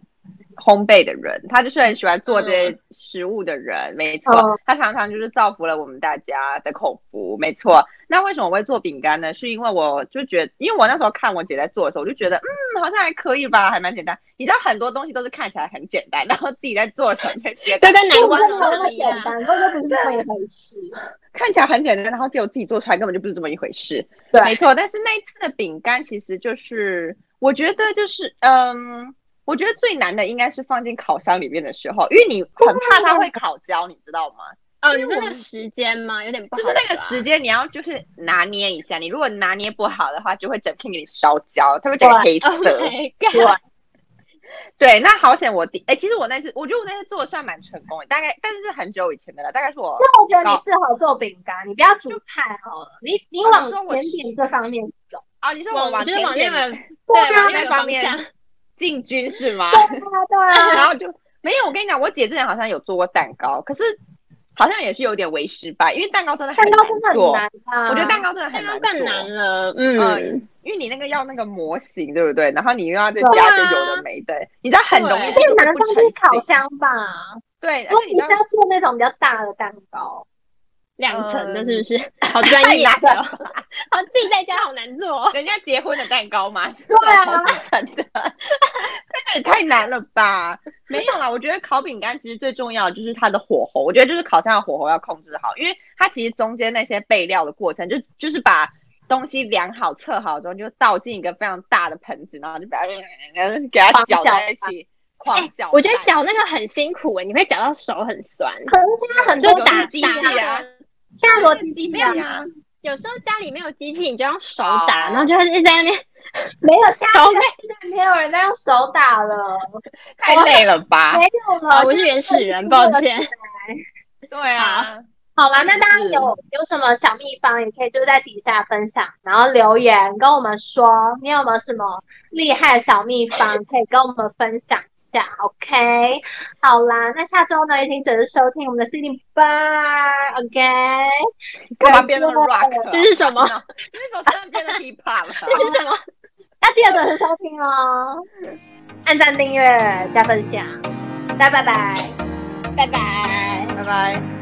[SPEAKER 2] 烘焙的人，他就是很喜欢做这些食物的人，没错，
[SPEAKER 1] 哦
[SPEAKER 2] 他常常就是造福了我们大家的口福，没错。那为什么我会做饼干呢？是因为我就觉得，因为我那时候看我姐在做的时候，我就觉得，嗯，好像还可以吧，还蛮简单。你知道很多东西都是看起来很简单，然后自己在做的时候就觉 得
[SPEAKER 3] 这跟南
[SPEAKER 1] 这
[SPEAKER 3] 瓜
[SPEAKER 1] 真的没有那
[SPEAKER 3] 不
[SPEAKER 1] 么
[SPEAKER 3] 一
[SPEAKER 1] 简
[SPEAKER 3] 样。
[SPEAKER 1] 单，根本就不是这么一回事。
[SPEAKER 2] 看起来很简单，然后结果自己做出来根本就不是这么一回事。
[SPEAKER 1] 对啊
[SPEAKER 2] 没错。但是那一次的饼干其实就是，我觉得就是，嗯，我觉得最难的应该是放进烤箱里面的时候，因为你很怕它会烤焦，你知道吗？
[SPEAKER 3] 哦，你
[SPEAKER 2] 因为我
[SPEAKER 3] 说那个
[SPEAKER 2] 们
[SPEAKER 3] 时间吗？有点不好
[SPEAKER 2] 就是那个
[SPEAKER 3] 抓
[SPEAKER 2] 时间，你要就是拿捏一下。你如果拿捏不好的话，就会整片给你烧焦，它会整个黑色。
[SPEAKER 3] Oh my god！
[SPEAKER 1] 对
[SPEAKER 2] 对，那好险我第，哎、其实我那次，我觉得我那次做的算蛮成功的，大概但是是很久以前的了，大概是我
[SPEAKER 1] 那我觉得你适合做饼干，你不要煮菜好了，你你
[SPEAKER 2] 哦
[SPEAKER 1] 往
[SPEAKER 2] 你说我
[SPEAKER 1] 甜
[SPEAKER 2] 是
[SPEAKER 1] 点这方面走。
[SPEAKER 2] 啊，你说我
[SPEAKER 3] 往
[SPEAKER 2] 往
[SPEAKER 3] 就是
[SPEAKER 2] 前
[SPEAKER 3] 往
[SPEAKER 2] 面
[SPEAKER 3] 那个对
[SPEAKER 1] 啊
[SPEAKER 3] 往那
[SPEAKER 2] 那
[SPEAKER 3] 个
[SPEAKER 2] 方
[SPEAKER 3] 方
[SPEAKER 2] 面
[SPEAKER 3] 向。
[SPEAKER 2] 进军是吗？
[SPEAKER 1] 对啊，对啊，
[SPEAKER 2] 然后就没有。我跟你讲，我姐之前好像有做过蛋糕，可是好像也是有点为失败，因为蛋糕真的很
[SPEAKER 1] 蛋糕真的
[SPEAKER 2] 难
[SPEAKER 1] 很
[SPEAKER 2] 做。
[SPEAKER 1] 难啊。
[SPEAKER 2] 我觉得蛋糕真的很难
[SPEAKER 3] 那要
[SPEAKER 2] 做，
[SPEAKER 3] 更难了，嗯
[SPEAKER 2] 嗯，因为你那个要那个模型，对不对？然后你又要再
[SPEAKER 1] 对
[SPEAKER 2] 加
[SPEAKER 3] 啊
[SPEAKER 2] 一些有的没的，你知道很容易
[SPEAKER 3] 对
[SPEAKER 1] 这
[SPEAKER 2] 就
[SPEAKER 1] 个难
[SPEAKER 2] 是
[SPEAKER 1] 放
[SPEAKER 2] 不
[SPEAKER 1] 进烤
[SPEAKER 2] 成型。
[SPEAKER 1] 箱吧，
[SPEAKER 2] 对，而
[SPEAKER 1] 如果
[SPEAKER 2] 且
[SPEAKER 1] 你
[SPEAKER 2] 你知道
[SPEAKER 1] 是要做那种比较大的蛋糕，
[SPEAKER 3] 两层的
[SPEAKER 2] 嗯
[SPEAKER 3] 是不是？ 好专业
[SPEAKER 2] 太难
[SPEAKER 3] 哦，好自己在家好难做哦。
[SPEAKER 2] 人家结婚的蛋糕 吗？对
[SPEAKER 1] 啊
[SPEAKER 2] 真的，这个也太难了吧？没有啦，我觉得烤饼干其实最重要的就是它的火候，我觉得就是烤箱的火候要控制好，因为它其实中间那些备料的过程，就就是把东西量好、测好之后，你就倒进一个非常大的盆子，然后就把它 给它搅在一起，
[SPEAKER 3] 哎
[SPEAKER 2] 狂搅。
[SPEAKER 3] 我觉得搅那个很辛苦哎，你会搅到手很酸，啊
[SPEAKER 1] 可是现在很
[SPEAKER 3] 就
[SPEAKER 1] 多
[SPEAKER 2] 有
[SPEAKER 3] 打
[SPEAKER 2] 那机
[SPEAKER 3] 打
[SPEAKER 2] 器
[SPEAKER 3] 那个
[SPEAKER 2] 啊
[SPEAKER 1] 现在逻辑
[SPEAKER 2] 机
[SPEAKER 1] 机
[SPEAKER 2] 器
[SPEAKER 1] 啊，
[SPEAKER 2] 啊，
[SPEAKER 3] 有时候家里没有机器，你就用手
[SPEAKER 2] 哦
[SPEAKER 3] 打，然后就一直在那边。
[SPEAKER 1] 没有，现在
[SPEAKER 3] 手
[SPEAKER 1] 现在没有人在用手打了，
[SPEAKER 2] 太累了吧？
[SPEAKER 1] 没有
[SPEAKER 3] 哦
[SPEAKER 2] 啊
[SPEAKER 1] 了，。
[SPEAKER 3] 我是原始人，
[SPEAKER 1] 这
[SPEAKER 3] 抱
[SPEAKER 1] 个
[SPEAKER 3] 歉。
[SPEAKER 2] 对啊，
[SPEAKER 1] 好啦，那大家
[SPEAKER 2] 是
[SPEAKER 1] 有有什么小秘方，也可以就在底下分享，然后留言跟我们说，你有没有什么厉害的小秘方可以跟我们分享一下？OK，好啦，那下周呢，也请准时收听我们的 C D 吧，OK，
[SPEAKER 2] 干嘛变那么
[SPEAKER 1] 对
[SPEAKER 2] rock？啊
[SPEAKER 3] 这是什么？
[SPEAKER 2] 这是什么？突然变得 hip hop 了？
[SPEAKER 3] 这是什么？
[SPEAKER 1] 那记得准时收听哦，按赞、订阅、加分享，大家拜拜。
[SPEAKER 3] 拜拜。
[SPEAKER 2] 拜拜。